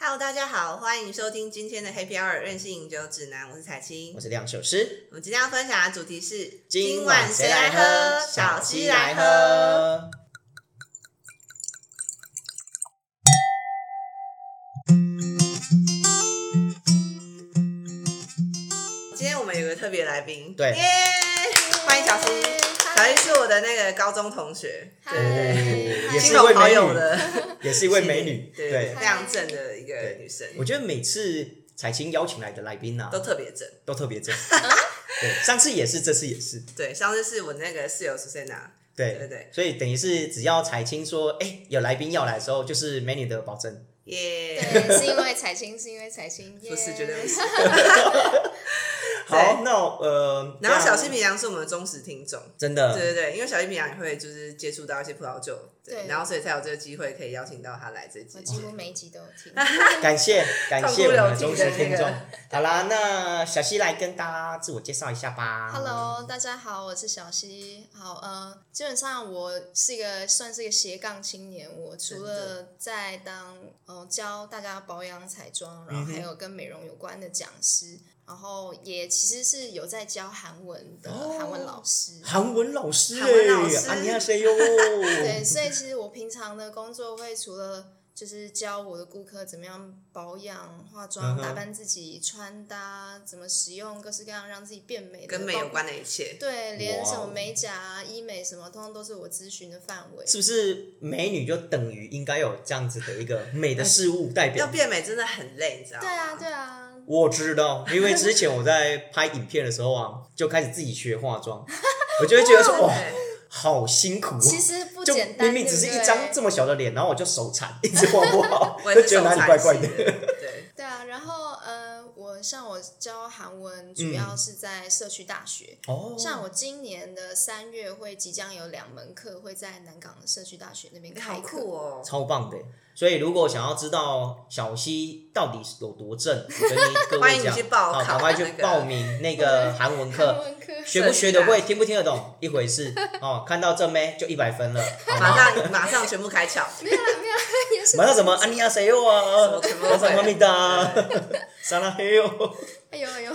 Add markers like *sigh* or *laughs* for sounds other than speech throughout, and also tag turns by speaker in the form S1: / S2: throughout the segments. S1: Hello，大家好，欢迎收听今天的 Happy Hour 任性饮酒指南，我是彩青
S2: 我。是亮首诗，
S1: 我们今天要分享的主题是
S2: 今晚谁来喝？
S1: 小
S2: 七
S1: 七来喝。
S2: 喝。
S1: 今天我们有个特别来宾，
S2: 对
S1: 耶欢迎小七。小七是我的那个高中同学，
S3: 嗨
S2: 对对对对，
S3: 嗨
S2: 也是
S1: 亲
S2: 一
S1: 友
S2: *laughs* 位
S1: 好
S2: 美
S1: 友
S2: 女，
S1: 的，
S2: 也是一位美女。
S1: 对，
S2: 对，
S1: 非常正的一个
S2: 对
S1: 女生，
S2: 我觉得每次彩青邀请来的来宾呢
S1: 都，特啊别正。
S2: 都特别正。 *laughs* 对，上次也是，这次也是。
S1: 对，上次是我那个室友苏珊娜，对对
S2: 对
S1: 对，
S2: 所以等于是只要彩青说，哎，有来宾要来的时候，就是美女的保证。
S1: 耶、
S3: 对，是因为彩青，是因为彩
S2: *laughs*
S3: 青，
S1: 不是绝对不
S3: 耶
S1: 是。
S2: 好，那我呃，
S1: 然后
S2: 这
S1: 小
S2: 样
S1: 七平阳是我们的忠实听众，
S2: 真的
S1: 对对对，因为小七平阳也会就是接触到一些葡萄酒，对，
S3: 对
S1: 然后所以才有这个机会可以邀请到他来这集
S3: 我。几乎每一集都有
S2: *laughs*
S3: 听。
S2: *laughs* 感谢感谢我们的忠实听
S1: 痛哭流涕的
S2: 众
S1: 那。
S2: 好啦，那小西来跟大家自我介绍一下吧。
S3: Hello，大家好，我是小溪。好，呃，基本上我是一个算是一个斜杠青年。我除了在当呃教大家保养彩妆，
S2: 嗯
S3: 然后还有跟美容有关的讲师，然后也其实是有在教韩文的
S2: 哦
S3: 韩文老师。
S2: 韩文老师耶，
S1: 韩文老师
S2: 啊，你好谁哟？
S3: 对，所以其实我平常的工作会除了就是教我的顾客怎么样保养、化
S2: 嗯
S3: 妆、
S2: 哼
S3: 打扮自己、穿搭、怎么使用各式各样让自己变美的，
S1: 跟美有
S3: 包括
S1: 关。的一切，
S3: 对，连
S2: 哇哦
S3: 什么美甲啊、医美什么，通通都是我咨询的范围。
S2: 是不是美女就等于应该有这样子的一个美的事物代
S1: 要
S2: 表？
S1: 变美真的很累，你知道吗？
S3: 对
S1: *laughs*
S3: 啊，对啊，
S2: 我知道，因为之前我在拍影片的时候啊，就开始自己学
S1: *laughs*
S2: 化妆，我就会觉得说哇，好辛苦哦。
S3: 其实不
S2: 就
S3: 简单，
S2: 明明只是
S3: 对不
S2: 一
S3: 对
S2: 张这么小的脸，然后我就手残，一直画不好，
S1: *laughs* 我
S2: 就
S1: 也是
S2: 觉得哪里怪怪的
S1: 手。残型的。
S2: *laughs*
S1: 对，
S3: 对啊，然后呃，我像我教韩文，主要是在社区大学。
S2: 嗯哦，
S3: 像我今年的三月会即将有两门课会在南港的社区大学那边
S1: 你
S3: 开
S1: 好
S3: 课，
S1: 酷哦！
S2: 超棒的。所以如果想要知道小溪到底有多正，我跟你各
S1: *laughs* 欢
S2: 位
S1: 迎你
S2: 讲
S1: 去，报
S2: 好，
S1: 考
S2: 赶快去报名那个韩文
S3: 韩
S2: 课，
S3: 文课
S2: 学不学得会，听不听得懂一回事哦。看到正妹就一百
S1: *laughs*
S2: 分了，好不
S1: 马
S2: 好？
S1: 上马上全部开窍，
S3: 没有啦没有啦， *laughs* 也是
S2: 马上什么安妮亚谁哟啊
S1: 我，全部
S2: 马上
S1: 会
S2: 哈密达，沙拉黑哟。 *laughs*
S3: 哎呦哎呦，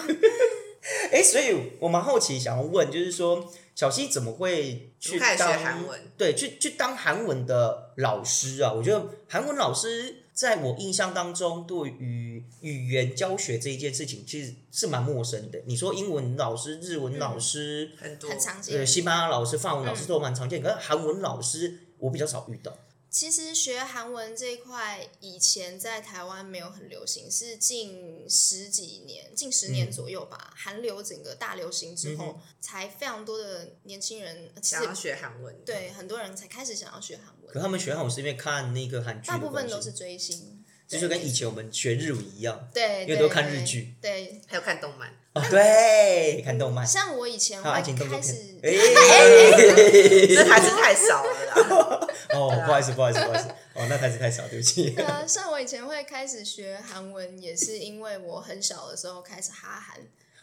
S2: 哎，所以我蛮好奇，想要问，就是说小溪怎么会去
S1: 我开始学
S2: 当
S1: 韩文？
S2: 对，去去当韩文的老师啊？我觉得韩文老师在我印象当中，对于语言教学这一件事情，其实是蛮陌生的。你说英文老师、日文老师、
S1: 很多
S3: 很常
S2: 呃，
S3: 见。
S2: 西班牙老师、法文
S3: 嗯
S2: 老师都蛮常见，可是韩文老师我比较少遇到。
S3: 其实学韩文这一块，以前在台湾没有很流行，是近十几年、近十
S2: 嗯
S3: 年左右吧，韩、流整个大流行之后，才非常多的年轻人，呃其
S1: 想
S3: 实
S1: 要学韩文，
S3: 对很多人才开始想要学韩
S2: 可
S3: 文，
S2: 他们学韩文是因为看那个韩剧
S3: 大
S2: 的
S3: 部
S2: 关
S3: 分
S2: 系，
S3: 都是追星，
S2: 这就跟以前我们学日语一样
S3: 对，
S2: 因为
S3: 对
S2: 都看日
S3: 对
S2: 剧
S3: 对，
S1: 还有看动
S2: *laughs*
S1: 漫，
S2: 哦，对，看动漫，
S3: 像我以前
S2: 还有爱情
S3: 会
S2: 动作
S3: 开
S2: 片
S3: 始，。
S2: 哎、
S1: 这台词太少了啦。
S2: *laughs* 哦，不好意思，不好意思，不好意思，哦，那台词太少，对不起。
S3: *laughs* 对啊，像我以前会开始学韩文，也是因为我很小的时候开始哈韩。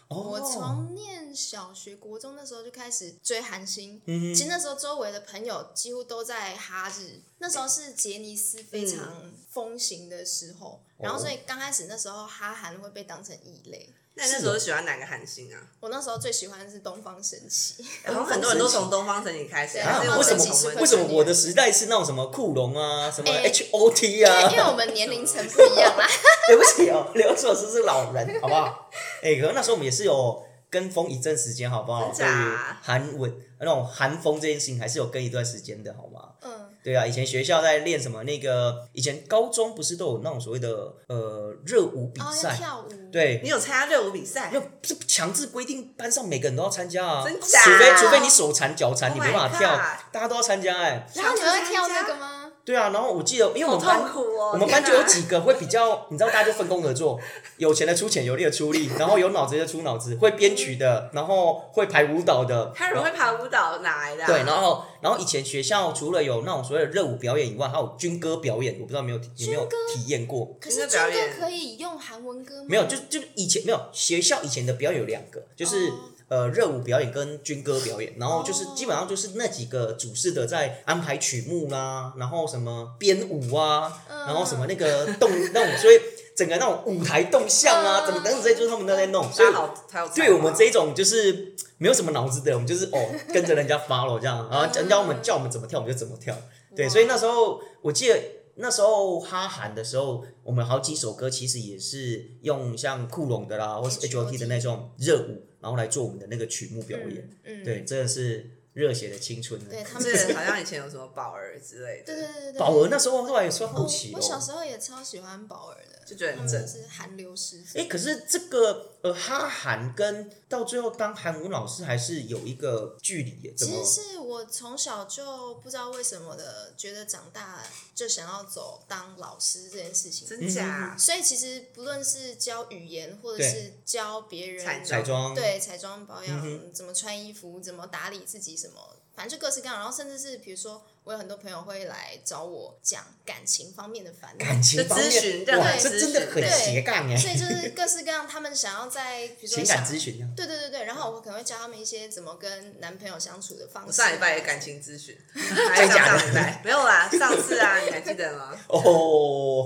S2: 哦，
S3: 我从念小学、国中那时候就开始追韩星，
S2: 嗯
S3: 其实
S2: 哼
S3: 那时候周围的朋友几乎都在哈日，那时候是杰尼斯
S2: 嗯
S3: 非常风行的时候，然后
S2: 哦
S3: 所以刚开始那时候哈韩会被当成异类。
S1: 那你那时候是喜欢哪个韩星啊？
S3: 我那时候最喜欢的是东方神
S2: *laughs*
S3: 起，
S1: 然后很多人都从东方神起开始，
S3: 对
S1: 还是
S2: 哦啊，
S1: 我们
S2: 为什
S3: 其实
S1: 重温
S2: 么为什么我的时代是那种什么库龙啊，什么
S3: 哎
S2: H O T 啊？
S3: *laughs* 因为我们年龄层不一
S2: *laughs*
S3: 样啦。啊
S2: 对不起哦，刘所思是老人，好不好？哎，可能那时候我们也是有跟风一阵时间，好不好？
S1: 真
S2: 对
S1: 假
S2: 于韩文那种韩风这件事情，还是有跟一段时间的，好吗？
S3: 嗯，
S2: 对啊，以前学校在练什么那个，以前高中不是都有那种所谓的呃热舞比
S3: 哦，要
S2: 赛？
S3: 跳舞，
S2: 对，
S1: 你有参加热舞比赛
S2: 没？有是强制规定班上每个人都要参加啊，
S1: 真
S2: 除
S1: 假
S2: 非除非你手残脚残，
S1: Oh
S2: 你没办
S1: my
S2: 法跳
S1: God，
S2: 大家都要参加哎、
S3: 然后你会跳那个吗？
S2: 对啊，然后我记得，因为我
S1: 好
S2: 们班
S1: 痛苦哦！
S2: 我们班就
S1: 天哪
S2: 有几个会比较，你知道，大家就分工合作，有钱的出钱，有力的出力，然后有脑子的出脑子，会编曲的，然后会排舞蹈的，
S1: 他如果会爬舞蹈哪来的啊？
S2: 对，然后然后以前学校除了有那种所谓的热舞表演以外，还有军歌表演，我不知道有没有有没有
S3: 军歌
S2: 体验过？
S3: 可是
S1: 那表
S3: 军
S1: 演
S3: 歌可以用韩文歌吗？
S2: 没有，就就以前没有学校以前的表演有两个，就是、
S3: 哦
S2: 呃热舞表演跟军歌表演，然后就是
S3: 哦
S2: 基本上就是那几个主事的在安排曲目啦，然后什么编舞啊，
S3: 嗯
S2: 然后什么那个动 *laughs* 那种，所以整个那种舞台动向啊，
S3: 嗯
S2: 怎么等等这些，就是他们都在弄。所以
S1: 他
S3: 啊
S1: 好，他好，
S2: 对我们这一种就是没有什么脑子的，我们就是哦跟着人家 follow 这
S3: *laughs*
S2: 样，然后人家我们叫我们怎么跳我们就怎么跳。
S3: 嗯
S2: 对，所以那时候我记得那时候哈韩的时候，我们好几首歌其实也是用像酷龙的啦，或是 H O T 的那种热舞，然后来做我们的那个曲目表演。
S3: 嗯，
S2: 对，真的是热血的青春
S3: 对
S2: 呢。
S3: 他们
S1: 这个好像以前有什么宝儿之类
S3: 对
S1: 的，
S3: 对对对对，
S2: 宝儿那时候后来也说好奇
S3: 我我小
S2: 哦。
S3: 时候也超喜欢宝儿的，
S1: 就觉得
S3: 他
S1: 很
S3: 们
S1: 正
S3: 就。是韩流师
S2: 哎，可是这个呃，哈韩跟到最后当韩文老师还是有一个距离耶，怎
S3: 其
S2: 么
S3: 实？是我从小就不知道为什么的，觉得长大就想要走当老师这件事情。
S1: 真
S2: 嗯
S1: 假？啊
S3: 所以其实不论是教语言，或者
S2: 对
S3: 是教别人
S1: 彩
S2: 彩妆
S3: 对彩妆保养、
S2: 嗯
S3: 怎么穿衣服、怎么打理自己，什么反正就各式各样。然后甚至是比如说，我有很多朋友会来找我讲感情方面的烦恼，
S2: 感情
S1: 就
S2: 方面
S1: 咨询任
S2: 哇，
S1: 何
S2: 这
S1: 咨
S2: 真的
S1: 询
S2: 很
S3: 对
S2: 斜杠哎，
S3: 所以就是各式各样，他们想要在比如
S2: *laughs*
S3: 说
S2: 情感
S3: 想
S2: 咨询啊。
S3: 对对对对，然后我可能会教他们一些怎么跟男朋友相处的方式。啊
S1: 我上礼拜也感情咨
S2: *laughs*
S1: 询，还是
S2: 真假
S1: 上
S2: 的
S1: 上礼拜没有啦，上次啊，你还记得吗？
S2: *laughs* 哦，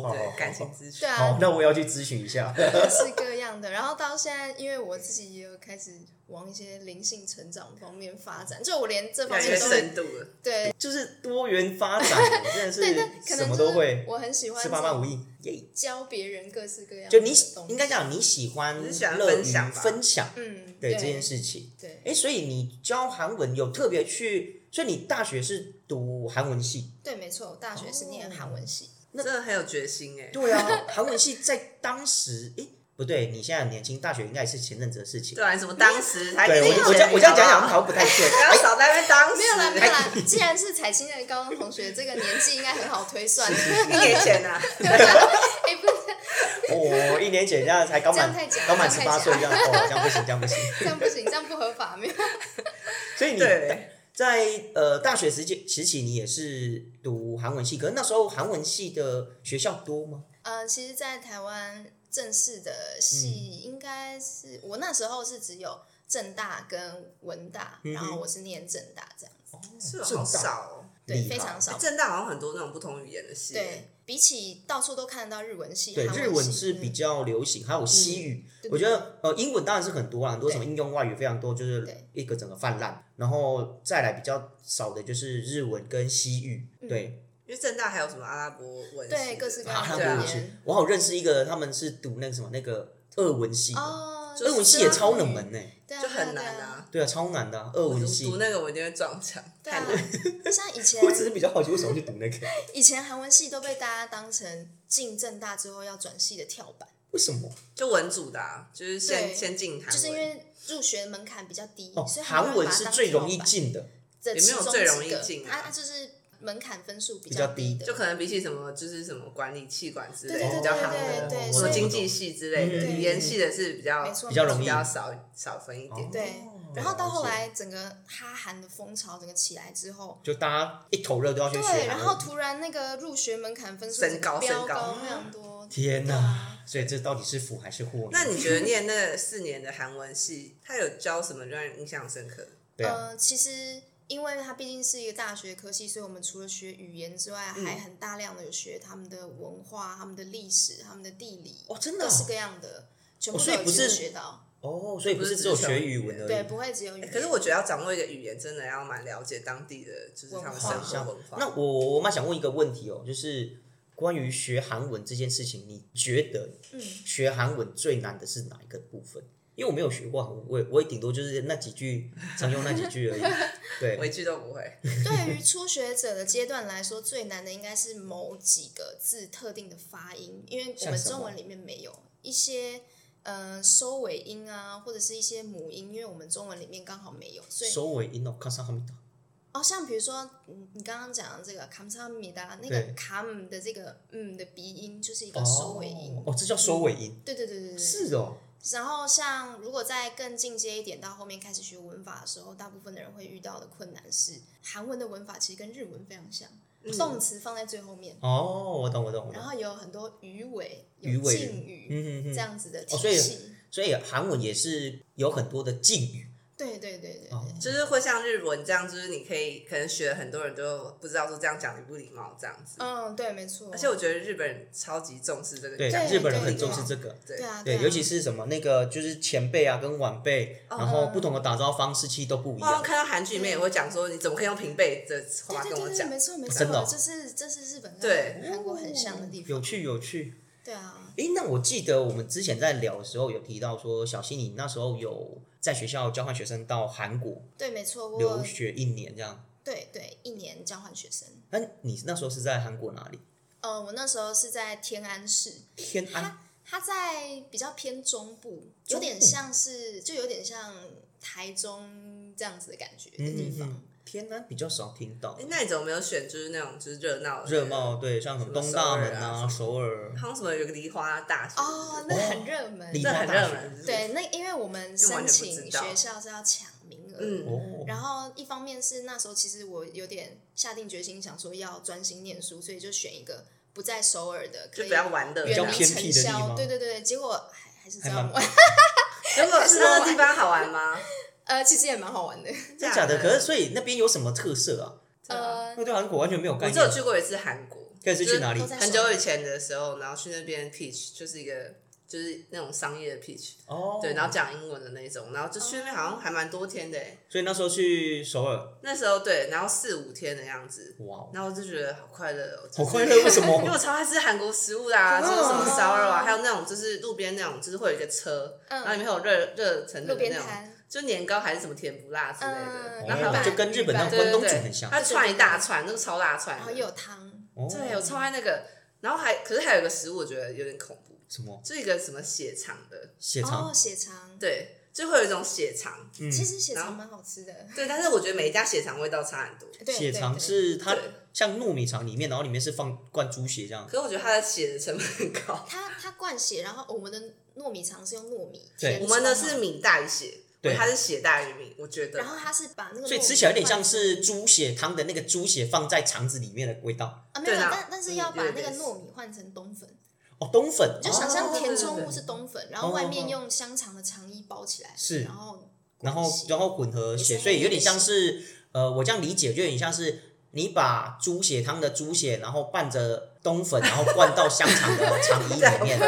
S2: 好，
S1: 对，
S2: 好
S1: 感情。咨询
S3: 对，啊
S2: 好，，那我要去咨询一下。
S3: 各式各样的。然后到现在，因为我自己也有开始往一些灵性成长方面发展，就我连这
S1: 越
S3: 方
S1: 来
S3: 面
S1: 越
S3: 都
S1: 深度了。
S3: 对
S2: 就是多元发展，
S3: *laughs*
S2: 真的
S3: 对，但
S2: 是
S3: 可
S2: 什
S3: 能
S2: 么
S3: 就
S2: 都
S3: 是
S2: 会，
S3: 我很喜欢
S2: 十八
S3: 这
S2: 般
S3: 种
S2: 武艺，耶！
S3: 教别人各式各样的
S2: 就你
S3: 东西
S2: 应该讲你喜欢
S1: 你喜欢
S2: 乐于
S1: 分享吧
S2: 分享，
S3: 嗯
S2: 对这件事情。
S3: 对
S2: 哎，所以你教韩文有特别去，所以你大学是读韩文系？
S3: 对没错，我大学是
S2: 哦
S3: 念韩文系，
S1: 真的很有决心哎、
S2: 对啊，韩文系在当时，哎，不对，你现在很年轻，大学应该也是前阵子的事情
S1: 对。啊，你怎么当时才
S2: 对我
S1: 一年
S2: 我这样我这样讲讲哎
S1: 好
S2: 好像不太对
S1: 不。要少在那边当时，
S3: 没有啦没有
S2: *laughs*
S3: 啦，既然是彩青的高中同学，这个年纪应该很好推
S1: *laughs*
S3: 算。
S1: 一年前
S2: *laughs*
S1: 呐、啊，
S3: *laughs* 哎，不是
S2: 我哦一年前这样才刚满
S3: 这样太假
S2: 刚满
S3: 这
S2: 十
S3: 样太
S2: 八岁，
S3: 假
S2: 这样哦，这样不行，这样不行。
S3: 这样不行，这样不合法，没有。
S2: 所以你
S1: 对
S2: 在呃大学时期时期，你也是读韩文系，可是那时候韩文系的学校多吗？
S3: 呃，其实，在台湾正式的
S2: 嗯
S3: 系应该是、我那时候是只有正大跟文大，
S2: 嗯哼
S3: 然后我是念正大这样子，
S1: 是
S2: 正
S1: 哦好
S2: 大
S1: 少
S3: 对，
S2: 厉害
S3: 非常
S1: 哦。
S3: 少。
S1: 正大好像很多那种不同语言的系，
S3: 对，比起到处都看得到日文系，
S2: 对，
S3: 韩
S2: 日文
S3: 系嗯
S2: 是比、较流行，还有西语。
S3: 对
S2: 我觉得呃，英文当然是很多啦，很多
S3: 对
S2: 什么应用外语非常多，就是
S3: 对
S2: 一个整个泛滥。然后再来比较少的就是日文跟西语，
S3: 嗯
S2: 对，
S1: 因为正大还有什么阿拉伯文系，
S3: 嗯对各式各样
S2: 哈
S1: 啊对啊
S2: 拉伯
S3: 的
S2: 文
S3: 语
S2: 系
S3: 言。
S2: 我好认识一个，他们是读那个什么那个俄文系的，
S3: 哦，
S1: 就
S2: 俄
S1: 是
S2: 文系也超冷门呢、
S3: 对啊，
S1: 就很难
S3: 啊。
S1: 啊。
S2: 对啊，超难的啊、俄
S1: 我
S2: 文系
S1: 读。那个我一定会撞墙，
S3: 对啊
S1: 太难， *laughs*
S3: 像以前
S2: 我只是比较好奇为什么去读那个，
S3: 以前韩文系都被大家当成进正大之后要转系的跳板，
S2: 为什么？
S1: 就文组的、啊，就是
S3: 对
S1: 先先进韩文，
S3: 就是因为入学门槛比较低，
S2: 哦
S3: 所以，很多
S2: 韩
S3: 人
S2: 文
S3: 把它
S2: 是
S3: 当
S2: 最容易
S3: 跳板
S2: 进的，
S3: 这
S1: 也
S3: 其
S1: 没
S3: 中
S1: 有
S3: 几
S1: 最
S3: 个，
S1: 容易进啊
S3: 它它就是门槛分数比
S2: 比较
S3: 低
S2: 低
S3: 的，
S1: 就可能比起什么就是什么管理气管之
S3: 对
S1: 类
S3: 对
S1: 的
S3: 对
S1: 比
S3: 对
S1: 较好
S3: 对
S1: 的，
S3: 对，
S2: 我
S1: 什么
S3: 所以
S1: 经济系之类的，
S2: 嗯
S1: 语言系的是比较
S3: 没错
S2: 比较容易
S1: 比较少少分一点
S2: 哦
S1: 点。
S3: 对。然后到后来整个哈韩的风潮整个起来之后，
S2: 就大家一头热都要去学韩
S3: 对，
S2: 文。
S3: 然后突然那个入学门槛分数
S1: 升高
S3: 整个飙
S1: 升高
S3: 高非
S2: 嗯
S3: 常多，
S2: 天
S3: 对啊
S2: 哪！所以这到底是福还是祸呢？
S1: 那你觉得念那四年的韩文系，他有教什么让你印象深刻？
S2: 对啊，
S3: 呃，其实因为它毕竟是一个大学科系，所以我们除了学语言之外，
S2: 嗯
S3: 还很大量的有学他们的文化、他们的历史、他们的地理，
S2: 哦，真的
S3: 各
S2: 啊
S3: 式各样的，全
S2: 哦
S3: 部都
S2: 所以
S3: 有
S2: 不
S3: 机会
S2: 是
S3: 学到。
S2: 哦，所以不是只有学语文而已。
S3: 对，不会只有语言。
S1: 可是我觉得要掌握一个语言，真的要蛮了解当地的，就是他们生
S2: 好像
S1: 活文化。
S2: 那我我蛮想问一个问题哦，就是关于学韩文这件事情，你觉得
S3: 嗯，
S2: 学韩文最难的是哪一个部分？因为我没有学过韩文，我也我也顶多就是那几句常用那几句
S3: *laughs*
S2: 而已。
S1: 我
S2: 对，
S1: 一句都不会，
S2: *laughs*
S3: 对于初学者的阶段来说，最难的应该是某几个字特定的发音，因为我
S2: 像
S3: 们
S2: 什么
S3: 中文里面没有一些呃收尾音啊，或者是一些母音，因为我们中文里面刚好没有，所以
S2: 收尾音哦，看上哈密达。
S3: 哦，像比如说，嗯，你刚刚讲的这个 “kam s a m i d a 那个
S2: 对
S3: “kam” 的这个“嗯”的鼻音，就是一个收尾音。嗯
S2: 哦，这叫收尾音。
S3: 对对对对对。。
S2: 是哦，
S3: 然后像如果再更进阶一点，到后面开始学文法的时候，大部分的人会遇到的困难是，韩文的文法其实跟日文非常像，
S2: 嗯
S3: 动词放在最后面，
S2: 哦，我懂，我懂，我懂
S3: 然。后有很多语尾、
S2: 鱼
S3: 有
S2: 尾
S3: 敬语
S2: 嗯哼哼
S3: 这样子的
S2: 哦所以
S3: 体系。
S2: 所以韩文也是有很多的敬语，
S3: 对对对对
S2: 哦
S3: 对，
S1: 就是会像日文这样，就是你可以可能学了很多人都不知道说这样讲礼不礼貌这样子。
S3: 嗯，对，没错。
S1: 而且我觉得日本人超级重视这个，
S2: 对，
S3: 对
S2: 日本人
S3: 对
S2: 很
S3: 对
S2: 重视这个。
S1: 对
S3: 对啊，
S2: 对，
S3: 啊
S2: 尤其是什么那个就是前辈啊跟晚辈，然后不同的打招方式其实都不一
S1: 包括
S2: 样。
S1: 哦看到韩剧里面也会讲说，你怎么可以用平辈的
S3: 对
S1: 话
S3: 对
S1: 跟我
S3: 对对，
S1: 讲？
S3: 没错没错，
S2: 真的哦
S3: 这是这是日本
S1: 对
S3: 跟韩国很像的地方。
S2: 有趣有趣。
S3: 对啊，
S2: 诶，那我记得我们之前在聊的时候有提到说，小溪你那时候有在学校交换学生到韩国
S3: 对，没错，
S2: 留
S3: 我
S2: 学一年这样。
S3: 对对一年交换学生。
S2: 那你那时候是在韩国哪里？
S3: 呃，我那时候是在天安市，
S2: 天安
S3: 它它在比较偏中部，
S2: 嗯
S3: 有
S2: 中
S3: 点
S2: 部
S3: 像是就有点像台中这样子的感觉的地方。
S2: 嗯天安比较少听到
S1: 诶那你怎么没有选就是那种就是热闹的
S2: 热闹，？对，像什么东大门啊、
S1: 什
S2: 首尔，
S1: 好像什么有个梨花大
S2: 嗯
S1: 学
S3: 哦，那很热门。
S2: 梨
S1: 那
S2: 花
S1: 很
S2: 大
S1: 热
S2: 学
S1: 门，
S3: 对，那因为我们
S1: 因为完全不
S3: 申请
S1: 知道
S3: 学校是要抢名额，
S1: 嗯
S2: 哦，
S3: 然后一方面是那时候其实我有点下定决心想说要专心念书，所以就选一个不在首尔的，可
S1: 就
S3: 以
S1: 比较玩的
S2: 比较
S3: 远离
S2: 偏
S3: 尘
S2: 僻的地
S3: 嚣。
S2: 方
S3: 对对对，结果还还是这
S2: 还
S3: 样
S2: 蛮
S3: 玩，
S1: 如果是那个地方好玩吗？
S3: *laughs* 呃，其实也蛮好玩的。
S1: 真
S2: 假的。可是所以那边有什么特色啊？
S3: 呃，
S2: *laughs* 我对韩国完全没有概
S1: 我
S2: 念。啊
S1: 只有去过一次韩国，
S2: 可以是去哪里
S3: 都？在
S1: 很久以前的时候，然后去那边 Peach 就是一个就是那种商业的 Peach，
S2: 哦，
S1: 对，然后讲英文的那种，然后就去那边好像还蛮多天的欸，
S2: 所以那时候去首尔，
S1: 那时候对，然后四五天的样子，
S2: 哇哦，
S1: 然后我就觉得好快乐哦，
S2: 好
S1: 就是
S2: 快乐，为什
S1: 因为
S2: 么？
S1: 我超爱吃韩国食物的啊，
S2: 真
S1: 就
S2: 的
S1: 是
S2: 哦
S1: 什么烧肉啊，还有那种就是路边那种，就是会有一个车，
S3: 嗯
S1: 然后里面有热热腾腾
S3: 路
S1: 的
S3: 边
S1: 那种，
S3: 摊，
S1: 就年糕还是什么甜不辣之类的，
S3: 嗯
S1: 然后还
S2: 哦
S1: 有
S2: 就跟日本那种
S1: 对
S2: 关
S1: 对
S2: 东煮
S1: 对，
S2: 很像。
S1: 它串一大串，那个超大串
S3: 然
S1: 的，
S3: 后又有汤，
S2: 哦，
S1: 对，我超爱那个。然后还，可是还有一个食物，我觉得有点恐怖，
S2: 什么
S1: 就一个什么血肠的，
S2: 血
S3: 哦，
S2: 肠？
S3: 血肠，
S1: 对，就会有一种血肠，
S2: 嗯，
S3: 其实血
S1: 然后
S3: 肠蛮好吃的。
S1: 对，但是我觉得每一家血肠味道差很多，
S3: *laughs* 对
S2: 血
S3: 对
S2: 肠
S3: 对
S2: 是它
S1: 对
S2: 像糯米肠里面，然后里面是放灌猪血这样
S1: 可。是我觉得它的血的成本很高，
S3: 它它灌血，然后我们的糯米肠是用糯米，
S2: 对
S3: 甜
S1: 我们的
S3: 粥嘛
S1: 是，米大于血，
S2: 对
S1: 它是血大于米，我觉得
S3: 然。后它是把那个，
S2: 所以吃起来有点像是猪血汤的那个猪血放在肠子里面的味道
S3: 啊，没有
S1: 对
S3: 啦，
S1: 啦
S3: 但但是要把
S1: 有
S3: 那
S1: 点
S3: 个
S1: 类似
S3: 糯米换成冬粉，
S2: 哦，冬粉
S3: 你就想象
S1: 哦
S3: 填
S1: 对对
S3: 充
S1: 对
S3: 物是冬粉，然后外面
S2: 哦
S3: 用香肠的肠衣包起来，
S2: 是
S3: 然后
S2: 然
S3: 滚
S2: 后
S3: 血 *laughs*
S2: 然后混合
S3: 哦也
S2: 血，
S3: 是
S2: 所以有
S3: 黑
S2: 点
S3: 血
S2: 像是呃，我这样理解就有点像是你把猪血汤的猪血，然后拌着冬粉，然后灌到香肠的肠衣里面，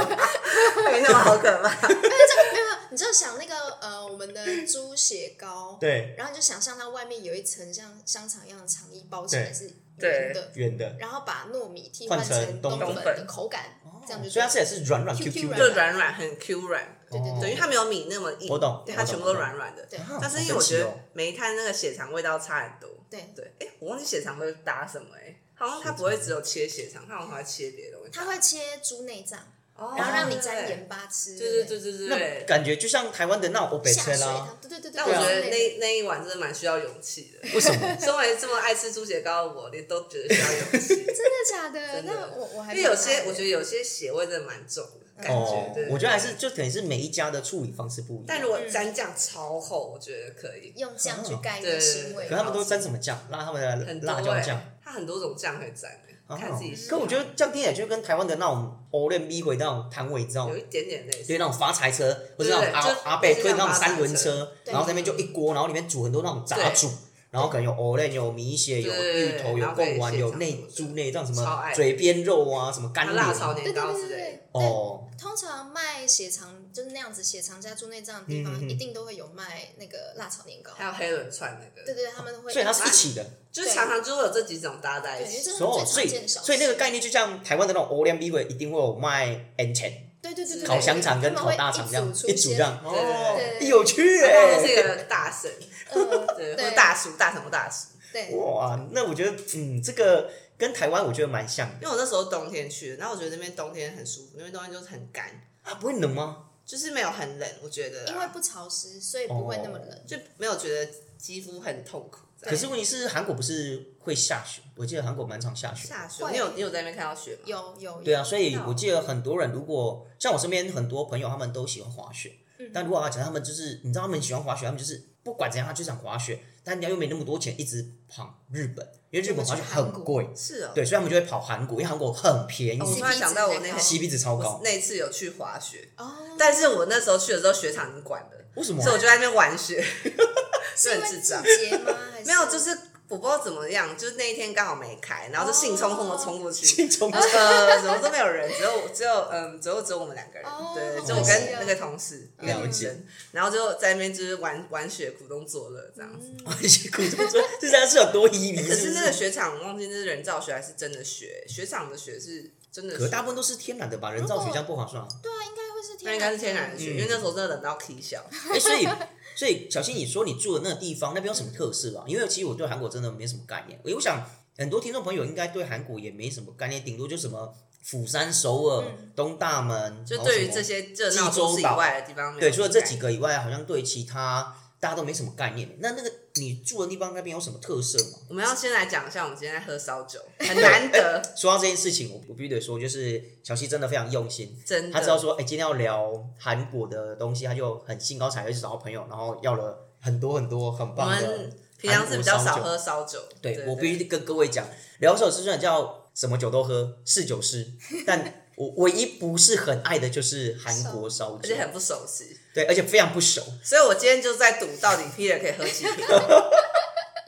S1: 没那么好可
S2: *laughs*
S1: 怕。
S3: 没有没有，你就想那个呃我们的猪血糕，
S2: 对，
S3: 然后你就想象它外面有一层像香肠一样的肠衣包起来
S2: 对
S3: 是
S1: 对
S3: 圆的，
S2: 圆的，
S3: 然后把糯米替
S2: 换
S3: 换
S2: 成
S3: 成
S2: 冬哦
S3: 冬
S1: 粉
S3: 的口感，这样就
S2: 所以它
S3: 对
S2: 吃起来是软软
S3: Q
S2: Q
S3: Q
S2: Q
S1: 就
S2: 的，
S1: 软软，很 Q 软，
S3: 对对
S2: 哦
S1: 等于它没有米那么硬，
S2: 我懂
S1: 对，
S2: 我
S1: 它
S2: 懂
S1: 全部都软软的。
S3: 对
S2: 啊
S1: 但是因为
S2: 好
S1: 我
S2: 神
S1: 觉
S2: 奇
S1: 得
S2: 哦
S1: 每一摊那个血肠味道差很多。
S3: 对，
S1: 对，哎，我忘记血肠都打什么哎，好像它不会只有切血肠，它好像还会切别的东西。
S3: 它会切猪内脏，
S1: 哦，
S3: 然后让你沾盐巴吃，
S1: 对。对对对对对
S2: 那
S1: 对。
S2: 感觉就像台湾的那种欧北
S3: 下
S2: 车
S3: 水
S2: 啦，
S3: 汤，对对对对。
S1: 但我
S2: 啊
S1: 觉
S3: 对
S1: 得
S3: 对对
S1: 那那一碗真的蛮需要勇气
S2: *laughs*
S1: 的。
S2: 为什么？
S1: 身为这么爱吃猪血糕的我，你都觉得需要勇气，
S2: *laughs*
S3: 真的假的？
S1: 真的
S3: 那我我还
S1: 因为有
S3: 蛮爱
S1: 些
S3: 的
S1: 我觉得有些血味真的蛮重的感觉
S2: 哦。
S1: 对，
S2: 我觉得还是
S1: 对，
S2: 就可能是每一家的处理方式不一样，
S1: 但如
S3: 嗯
S1: 果沾酱超厚，我觉得可以。
S2: 哦
S3: 用酱去盖那
S1: 对
S3: 个
S1: 对
S3: 腥
S1: 对
S3: 味
S2: 可
S1: 对
S2: 他们都沾什么酱？辣他们的
S1: 很多
S2: 辣椒
S1: 欸
S2: 酱。，
S1: 它很多种酱可以沾欸，
S2: 哦
S1: 看自己喜
S2: 可
S1: 欢。
S2: 我觉得这样听起来就跟台湾的那种欧练逼回那种摊位，你知道吗
S1: 有？一点点类
S2: 就
S1: 似
S2: 是，那种发财车，或是
S1: 对
S2: 那种
S1: 就
S2: 阿阿贝推
S1: 就是那
S2: 那
S1: 种
S2: 种三轮
S1: 发
S2: 车，
S3: 对
S2: 然后那边就一锅，然后里面煮很多那种杂
S1: 对
S2: 煮，然后可能有藕类、有米血、有
S1: 对
S2: 芋头、有
S1: 然后可以
S2: 贡丸、
S1: 现
S2: 有
S1: 场
S2: 内
S1: 什么的
S2: 猪内脏什
S1: 超
S2: 么
S1: 爱
S2: 嘴边肉啊，什么干
S1: 像
S2: 莲
S1: 辣炒年
S3: 对对
S1: 糕
S3: 对
S1: 之
S3: 对
S1: 类的。
S3: 对。
S2: 哦，
S3: 但通常卖血肠就是那样子，血肠加猪内脏的地
S2: 嗯嗯
S3: 方
S2: 嗯
S3: 一定都会有卖那个辣炒年糕。
S1: 还有黑轮串那
S3: 对
S1: 个，
S3: 对对，他们会。
S2: 所以它是一起的，
S1: 就是常常就会有这几种搭在
S3: 对，
S1: 一
S3: 因为
S1: 起。
S3: 这是
S2: 所以所
S3: 嗯最
S2: 以
S3: 常见的小吃。
S2: 所以那个概念就像台湾的那种欧练逼回一定会有卖 N 钱
S3: 对对对对对
S2: 烤香肠跟
S3: 他
S2: 烤
S3: 们会
S2: 大肠这样
S3: 出
S2: 一煮这
S3: 现
S2: 样，
S1: 对
S2: 哦
S3: 对，对
S2: 有趣
S1: 然后是一
S2: 哎，
S1: 个大神，
S3: 呃，
S1: 对，或
S3: 对
S1: 者大叔，大什么大叔。
S3: 对，
S2: 哇，那我觉得嗯，这个跟台湾我觉得蛮像的，
S1: 因为我那时候冬天去的，然后我觉得那边冬天很舒服，那边冬天就是很干，
S2: 啊，不会冷吗？
S1: 就是没有很冷，我觉得
S3: 因为
S1: 啊，
S3: 不潮湿，所以不会那么
S2: 哦
S3: 冷。
S1: 就没有觉得肌肤很痛苦。这
S2: 可
S1: 样
S2: 是问题是韩国不是会下雪？我记得韩国蛮常下雪的。
S1: 下雪，
S3: 会
S1: 你有你有在那边看到雪吗？
S3: 有有
S2: 对啊，所以
S1: 那
S3: 哦
S2: 我记得很多人，如果像我身边很多朋友，他们都喜欢滑雪。
S3: 嗯
S2: 啊但如果要讲他们就是，你知道他们喜欢滑雪，他们就是不管怎样，他就想滑雪。但人家又没那么多钱，一直跑日本，因为日本滑雪
S3: 他们去
S2: 很
S3: 韩国
S2: 贵，
S1: 是哦，
S2: 对，所以他们就会跑韩国，因为韩国很便宜
S1: 哦。我突
S3: 是
S1: 然想到我那
S3: 哦
S1: 个
S2: CP 值超
S1: 我
S2: 高，
S1: 那一次有去滑雪，
S3: 哦，
S1: 但是我那时候去的时候雪场已经关了，
S2: 为什么啊
S1: 所以？我
S2: *laughs*
S1: 就在那边玩雪，
S3: *laughs* 是
S1: *laughs* 就很
S3: 因为
S1: 智
S3: 季
S1: 障。
S3: 节吗？还
S1: 没有，就是我不知道怎么样，就是那一天刚好没开，然后就兴冲冲的冲过去，
S2: 心 *laughs* 中
S1: 呃，怎么都没有人，只有只有嗯，只有只有我们两个人
S3: 哦，
S1: 对，
S3: 好
S1: 就我
S2: 可惜
S1: 跟
S3: 哦
S1: 那个同事
S3: 嗯
S1: 两个女生，然后就在那边就是玩玩雪，苦中作乐这样子。
S3: 嗯
S2: 关系苦中作，这家是有多移民？
S1: 可是那个
S2: 不
S1: 雪场，我忘记那是人造雪还是真的雪，雪场的雪是真的雪，
S2: 可是大部分都是天然的吧，人造
S3: 如
S2: 雪
S3: 果
S2: 这样不划算啊。
S3: 对啊，应该会是天然的，
S1: 那应该是天然的雪，
S2: 嗯
S1: 因为那时候真的冷到 K 笑。
S2: 哎，所以所以小新，你说你住的那个地方，那边有什么特色啊？因为其实我对韩国真的没什么概念，因为我想很多听众朋友应该对韩国也没什么概念，顶多就什么釜山、首尔、
S3: 嗯
S2: 东大门，
S1: 就
S2: 然后
S1: 对于
S2: 什么
S1: 这些热闹都市以外的地方，
S2: 对，除了这几，个以外，好像对其他大家都没什么概念。那那个你住的地方那边有什么特色吗？
S1: 我们要先来讲一下我们今天在喝烧酒，很难
S2: *laughs*
S1: 得，
S2: 说到这件事情，我我必须得说，就是小西真的非常用心。
S1: 真
S2: 他知道
S1: 的。
S2: 说，哎、今天要聊韩国的东西，他就很兴高采烈去找朋友，然后要了很多很多很
S1: 我
S2: 棒的
S1: 们。平常是比较少喝烧酒，
S2: 对
S1: 对
S2: 我必须跟各位讲，聊手师虽然叫什么酒都喝，是
S1: *laughs*
S2: 酒师，但我唯一不是很爱的就是韩国烧
S1: 而
S2: 酒
S1: 且，很不熟悉，
S2: 对，而且非常不熟。
S1: 所以我今天就在赌到底 Peter 可以喝几
S2: *laughs*
S1: 瓶。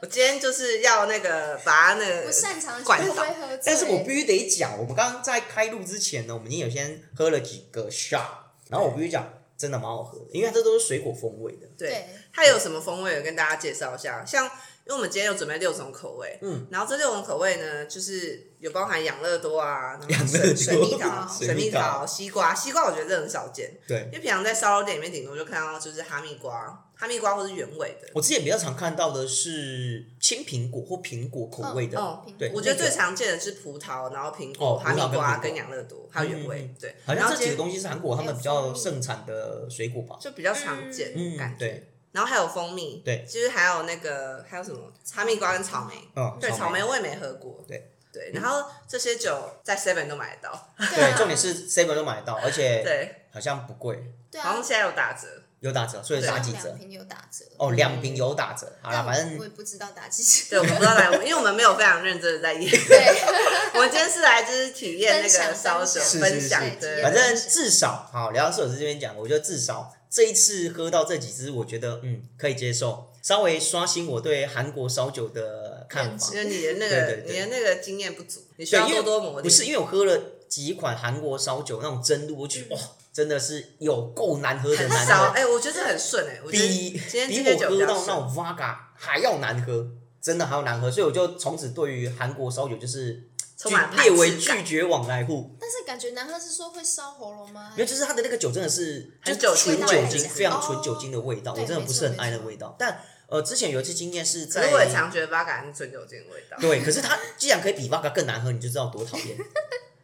S1: 我今天就是要那个把那个
S3: 不啊
S2: *laughs*
S3: 擅长
S1: 管
S3: 就不
S1: 道
S3: 会喝醉，
S2: 但是我必须得讲，我们刚刚在开录之前呢，我们已经有先喝了几个 shot，然后我必须讲，真的蛮好喝的，因为它这都是水果风味的。
S1: 对，
S3: 对，
S1: 它有什么风味，我跟大家介绍一下。像因为我们今天有准备六种口味，
S2: 嗯，
S1: 然后这六种口味呢，就是有包含养乐多啊，然
S2: 养
S1: 后
S2: 乐
S1: 水水
S2: 多
S1: 蜜桃、
S2: 水
S1: 水蜜
S2: 蜜桃
S1: 桃、西瓜，西瓜我觉得这很少见，
S2: 对
S1: 因为平常在烧肉店里面顶多就看到就是哈密瓜、哈密瓜或是原味的。
S2: 我之前比较常看到的是青苹果或苹果
S3: 嗯
S2: 口味的，
S1: 哦
S2: 对
S1: 我觉得最常见的是葡萄，然后苹
S2: 哦
S1: 果、
S2: 葡
S1: 哈
S2: 萄
S1: 密
S2: 跟苹
S1: 瓜
S2: 果
S1: 跟养乐多，还有原味
S2: 嗯嗯，
S1: 对。
S2: 好
S1: 然
S2: 像
S1: 后
S2: 这
S1: 今
S2: 几
S1: 天
S2: 个东西是韩国他们比较盛产的水果吧。
S1: 就比较常见
S2: 嗯，
S1: 感觉。
S2: 对，
S1: 然后还有蜂蜜，
S2: 对
S1: 就是还有那个还有什么哈密瓜跟草莓，
S2: 嗯，
S1: 对，草
S2: 莓。
S1: 莓我也没喝过，
S2: 对
S1: 对。然后这些酒在 Seven 都买得到，
S3: 对啊
S2: 对，重点是 seven 都买得到，而且
S1: 对，
S2: 好像不贵，
S3: 对
S1: 好
S3: 啊
S1: 像，现在有打折，
S2: 有打折，所以
S1: 对
S2: 打
S3: 像
S2: 几
S3: 两
S2: 折？
S3: 瓶有打折
S2: 哦，两瓶有打折。好
S3: 但
S2: 啦，
S3: 嗯我
S2: 反正
S3: 我也不知道打几折，
S1: 对，我们不知道来，因为我们没有非常认真的在演，
S3: *laughs* 对，
S1: 我们今天是来就是体验那
S3: 分享
S1: 个烧酒
S2: 是是
S1: 分享
S3: 是，
S1: 对，
S2: 反正至少好，聊到摄影师这边讲，我觉得至少这一次喝到这几支，我觉得嗯可以接受，稍微刷新我对韩国烧酒的看法
S1: 因。为你的那
S2: 对
S1: 个
S2: 对对
S1: 你的那个经验不足，你需
S2: 对，
S1: 要
S2: 因为
S1: 多多磨练，
S2: 不是因为我喝了几款韩国烧酒那种真露，我觉得哇，真的是有够难喝的
S1: 很
S2: 难
S1: 少，
S2: 喝，
S1: 哎，我觉得这很顺哎，我觉得
S2: 比
S1: 今天
S2: 比
S1: 这
S2: 我
S1: 些酒比
S2: 喝
S1: 较
S2: 到那
S1: 顺，
S2: 种 v o d a 还要难喝，真的还要难喝，所以我就从此对于韩国烧酒就是
S1: 充满
S2: 拒
S1: 排
S2: 列为
S1: 斥
S2: 拒
S1: 感，
S2: 绝往来户，
S3: 但是感觉男喝是说会烧喉咙吗？
S2: 因为就是它的那个酒真的是
S1: 很
S2: 就
S1: 酒
S2: 是纯
S1: 精
S2: 酒
S1: 味
S2: 精，
S1: 很
S2: 非常
S3: 强
S2: 纯酒精的味道，我真的不是很爱那
S3: 对没错
S2: 味道。但呃，之前有一次经验是
S1: 可
S2: 在
S1: 是我也常觉得八嘎是纯酒精的味道，
S2: 对，可是它既然可以比 v 嘎更难喝，你就知道
S1: *laughs*
S2: 多讨厌。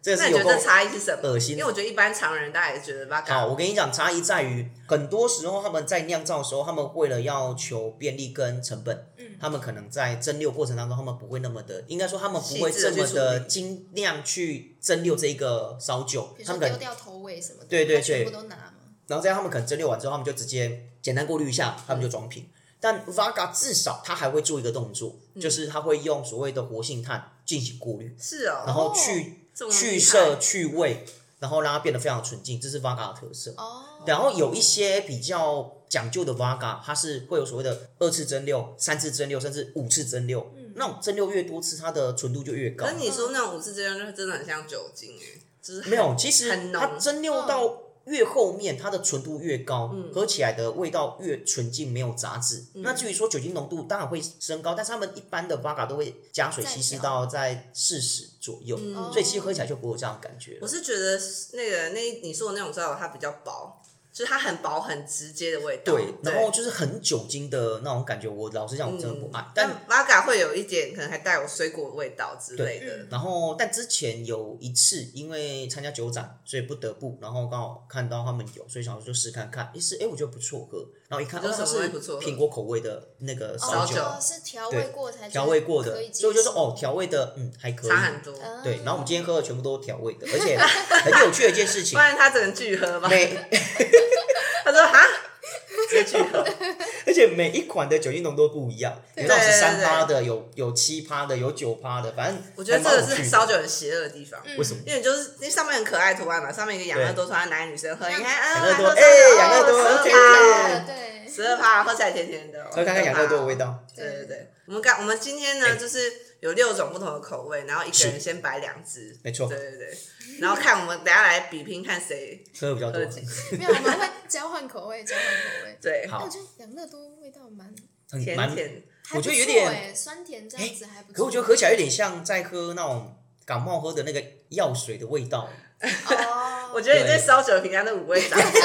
S2: 这个
S1: 那
S2: 是
S1: 你
S2: 有
S1: 觉
S2: 够
S1: 得差异是什么？
S2: 恶心
S1: 因为我觉得一般常人大家也觉得八嘎
S2: 好，我跟你讲，差异在于很多时候他们在酿造的时候，他们为了要求便利跟成本，
S3: 嗯
S2: 他们可能在蒸馏过程当中，他们不会那么的，应该说他们不会
S1: 细致
S2: 这
S1: 地
S2: 么
S1: 去
S2: 的
S1: 处理
S2: 精酿去蒸馏这一个烧酒
S3: 比，如
S2: 他们
S3: 说
S2: 可
S3: 丢
S2: 能，
S3: 掉头尾什么的，
S2: 对对
S3: 他全
S2: 对
S3: 部都拿嘛。
S2: 然后这样他们可能蒸馏完之后，他们就直接简单过滤一下，他们就装瓶。但 Vaga 至少他还会做一个动作，
S1: 嗯
S2: 就是他会用所谓的活性炭进行过滤，
S1: 是哦，
S2: 然后去、
S1: 这么
S2: 去
S1: 厉害
S2: 色去味，然后让它变得非常纯净，这是 Vaga 的特色。
S3: 哦，
S2: 然后有一些比较讲究的 Vaga，它是会有所谓的二次蒸馏、三次蒸馏，甚至五次蒸馏。那种蒸馏越多次，它的纯度就越高
S1: 嗯可是。你说那种五次之间就真的很像酒精耶，就是很
S2: 没有，其实
S1: 很浓嗯
S2: 它蒸馏到越后面，它的纯度越高，喝起来的味道越纯净，没有杂质。
S1: 嗯
S2: 那至于说酒精浓度，当然会升高，但是他们一般的 Vaga 都会加水稀释到在四十左右，
S1: 嗯哦
S2: 所以其实喝起来就不会有这样的感觉
S1: 我
S2: 了。
S1: 是觉得那个那你说的那种烧酒，它比较薄，就是它很薄很直接的味道。
S2: 对，然后就是很酒精的那种感觉，我老实讲，我真的
S1: 嗯
S2: 不爱。但
S1: 但玛嘎会有一点，可能还带有水果味道之类的
S3: 嗯。
S2: 然后，但之前有一次因为参加酒展，所以不得不，然后刚好看到他们有，所以想说就试看看。一试，哎，我觉得不错喝。然后一看，
S1: 你
S2: 哦，
S1: 说
S2: 它
S1: 什么
S2: 是
S1: 会不错喝
S2: 苹果口味的那个烧
S1: 烧
S2: 酒，
S1: 酒
S3: 哦是调味过才觉得
S2: 调味过
S3: 可
S2: 的，
S3: 接
S2: 所以我就说
S3: 受
S2: 哦，调味的，嗯，还可以
S1: 差。很多，
S3: 嗯
S2: 对，然后我们今天喝的全部都是调味的，而
S1: *laughs*
S2: 且很有趣的一件事
S1: 不
S2: 情，哎
S1: 然他只能拒喝吧。
S2: 每
S1: 他说哈，直接拒喝，
S2: 而且每一款的酒精浓度不一样，有那种
S1: 对
S2: 是
S1: 对
S2: 三
S1: 对
S2: 趴的，有有七趴的，有九趴的，反正
S1: 我觉得
S2: 还
S1: 这
S2: 蛮有
S1: 个是
S2: 趣的
S1: 烧酒很邪恶的地方，
S3: 嗯
S2: 为什么？
S1: 因为就是那上面很可爱的图案嘛，上面一个养乐多，穿男女生喝，你看啊，
S2: 养乐多
S1: 喝烧酒
S2: 哎养乐多
S1: 哦
S2: OK，
S1: 12趴
S3: 对，
S1: 十二趴，喝起来甜甜的，哦
S2: 喝看看养乐多的味。道。
S1: 对对对，我们刚我们今天呢，就是有六种不同的口味，然后一个人先摆两支，
S2: 哎没错
S1: 对对对，然后看我们等一下来比拼看谁
S2: 喝的比较多
S1: 喝，几支，
S3: *laughs* 没有，我们会交换口味，交换口味。哎
S1: 对，
S3: 但
S1: *laughs*
S3: 我
S2: 好，
S3: 觉得养乐多味道蛮，
S2: 很
S1: 甜
S2: 蛮，
S1: 甜，
S3: 还
S2: 我觉得
S3: 不
S2: 有
S3: 错
S2: 点哎
S3: 欸酸甜这样子还不错。
S2: 可我觉得喝起来有点像在喝那种感冒喝的那个药水的味
S1: *laughs*
S2: 道。
S3: 哦，
S2: *laughs*
S1: 我觉得你对
S2: 对
S1: 烧酒的评价都五味杂陈，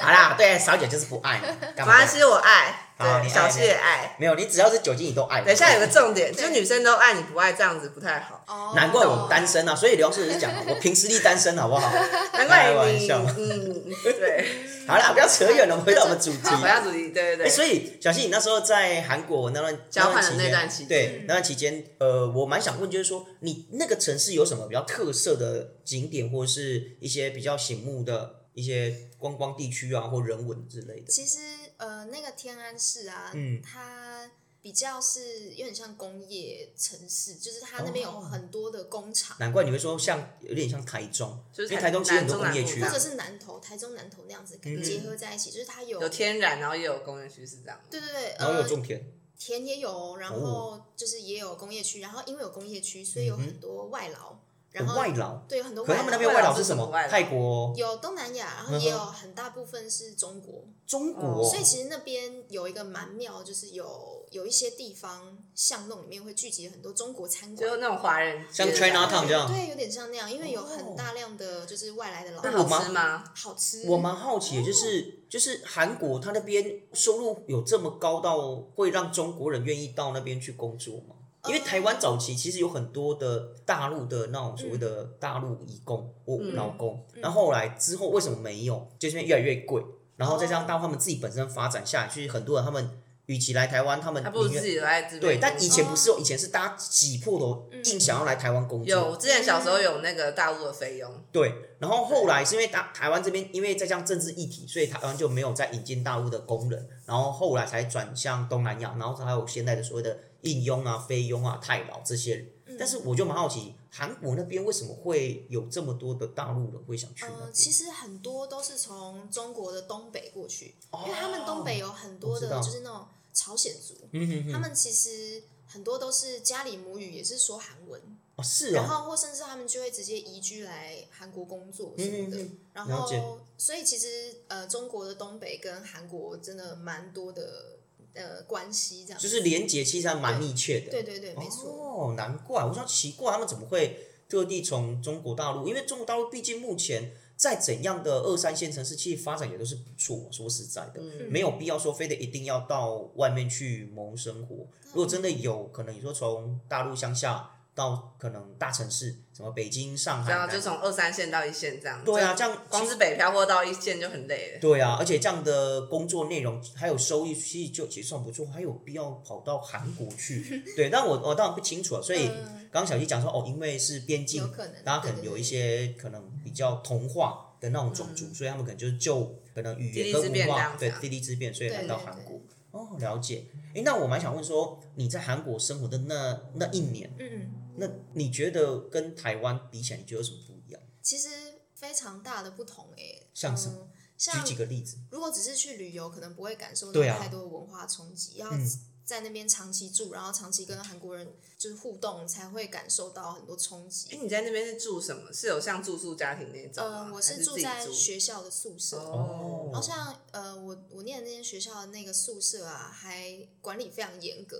S2: 好啦，对，少酒就是不爱嘛，干嘛
S1: *laughs* 马？西我爱，
S2: 好
S1: 对，
S2: 你爱
S1: 小七也爱。
S2: 没有，你只要是酒精你都爱。
S1: 等一下有个重点，
S3: 对
S1: 就女生都爱你不爱，这样子不太好。
S3: 哦
S2: *laughs* 难怪我单身啊，所以刘老师是讲我凭实力单身，好不
S1: *laughs*
S2: 好？
S1: 难怪
S2: 开玩
S1: 你，
S2: 笑
S1: 嗯，对，
S3: 嗯
S2: 好啦，不要扯远了，我们回到我们主题。
S1: 回到主题，对对
S2: 哎、
S1: 对，
S2: 所以小新，你那时候在韩国那段
S1: 交换的
S2: 期间
S1: 那段期间
S2: 对
S3: 嗯
S2: 那段期间，呃，我蛮想问，就是说你那个城市有什么比较特色的景点，或是一些比较醒目的一些观光地区啊，或人文之类的？
S3: 其实呃，那个天安市啊，
S2: 嗯
S3: 它比较是有点像工业城市，就是它那边有
S2: 哦
S3: 很多的工厂，
S2: 难怪你会说像有点像台中，
S1: 就是
S2: 因为台中其实很多
S1: 南
S2: 工业区
S1: 中
S3: 或
S1: 南
S2: 啊
S1: 部
S3: 者是南投、台中南投那样子
S2: 嗯
S3: 结合在一起，就是它有
S1: 有天然，然后也有工业区，是这样吗。
S3: 对对对，
S2: 然后又
S3: 呃
S2: 有，哦种田，
S3: 田也有，然后就是也有工业区，然后因为有工业区，所以有很多外劳，然
S2: 嗯有
S3: 后
S2: 外劳。
S3: 对有很多
S2: 可
S3: 外
S2: 是
S3: 劳，
S2: 他们那边
S1: 外
S2: 外
S1: 劳
S2: 劳
S1: 是什
S2: 是什
S1: 么
S2: 么
S1: 外？劳
S2: 泰国、
S3: 有东南亚，
S2: 嗯
S3: 然后
S2: 哼
S3: 也有很大部分是中国，
S2: 中
S1: 哦
S2: 国，
S3: 所以其实那边有一个蛮妙，就是有有一些地方巷弄里面会聚集很多中国餐
S1: 就
S3: 馆。
S1: 那种华人街
S2: 像
S1: 的
S2: China
S1: 感
S2: Town
S1: 觉
S2: 这样
S3: 对，有点像那样，因为有
S2: 哦
S3: 很大量的就是外来的劳
S1: 那
S3: 动，
S2: 我
S1: 好吃吗？
S3: 好吃。
S2: 我蛮好奇的，就是就是韩国他那边收入有这么高到会让中国人愿意到那边去工作吗？
S3: 呃
S2: 因为台湾早期其实有很多的大陆的那种所谓的
S3: 嗯
S2: 大陆移工或
S1: 嗯
S2: 劳工，然后后来之后为什么没有？就是因为越来越贵，然后再加上
S3: 哦
S2: 到他们自己本身发展下去，很多人他们与其来台湾，他们
S1: 还不如
S2: 宁愿
S1: 自己留在这边。
S2: 对，但以前不是哦，以前是大家挤破头
S3: 嗯
S2: 硬想要来台湾工作，
S1: 有，我之前小时候有那个大陆的菲佣，
S2: 对，然后后来是因为台台湾这边因为再加上政治议题，所以台湾就没有再引进大陆的工人，然后后来才转向东南亚，然后才有现在的所谓的印佣啊、菲佣啊、泰劳这些人。
S3: 嗯
S2: 但是我就蛮好奇，韩国那边为什么会有这么多的大陆人会想去那边？
S3: 呃，其实很多都是从中国的东北过去，因为他们东北有很多
S2: 哦我知道
S3: 的就是那种朝鲜族，
S2: 嗯哼
S3: 他
S2: 哼，
S3: 们其实很多都是家里母语也是说韩文，
S2: 哦是
S3: 然
S2: 哦，
S3: 后或甚至他们就会直接移居来韩国工作什
S2: 嗯
S3: 么
S2: 嗯
S3: 的。
S2: 嗯，
S3: 然
S2: 了解
S3: 后，所以其实呃，中国的东北跟韩国真的蛮多的呃关系，这样
S2: 就是连结其实还蛮密切的。
S3: 对对对，没错。
S2: 哦，难怪我说奇怪，他们怎么会特地从中国大陆？因为中国大陆毕竟目前在怎样的二三线城市，其实发展也都是不错。说实在的，
S1: 嗯
S2: 没有必要说非得一定要到外面去谋生活。如果真的有可能，你说从大陆乡下到可能大城市，什么北京、上海
S1: 然后
S2: 南
S1: 就
S2: 京，
S1: 从二三线到一线这样。
S2: 对啊，
S1: 就
S2: 这样
S1: 啊光是北漂或到一线就很累了。
S2: 对啊，而且这样的工作内容还有收益，其实就也算不错，还有必要跑到韩国
S3: *laughs*
S2: 去？对，但我我当然不清楚啊，所以
S3: 嗯
S2: 刚刚小七讲说哦，因为是边境
S3: 有，可能
S2: 大家可能有一些可能比较同化的那种种
S3: 嗯
S2: 族，所以他们可能就是就可能语言
S1: 地利之
S2: 跟
S1: 变
S2: 文
S1: 这
S2: 化
S1: 样子
S2: 对
S1: 啊
S2: 地利之变，所以
S3: 对
S2: 来
S3: 对
S2: 到
S3: 对
S2: 韩国。哦，了解。诶，那我蛮想问说，你在韩国生活的那那一年，
S3: 对对对嗯，
S2: 那你觉得跟台湾比起来，你觉得有什么不一样？
S3: 其实非常大的不同诶、
S2: 像什么
S3: 嗯
S2: 举
S3: 像
S2: 几个例子。
S3: 如果只是去旅游，可能不会感受到
S2: 对啊
S3: 太多的文化冲击，要
S2: 嗯
S3: 在那边长期住，然后长期跟韩国人就是互动，才会感受到很多冲
S1: 哎，
S3: 击。
S1: 你在那边是住什么？是有像住宿家庭那种吗？
S2: 啊
S3: 嗯、我
S1: 还
S3: 是
S1: 是
S3: 住
S1: 自己
S3: 在
S1: 住
S3: 学校的宿舍，
S1: 哦
S3: 然后像呃，我我念的那间学校的那个宿舍啊，还管理非常严格，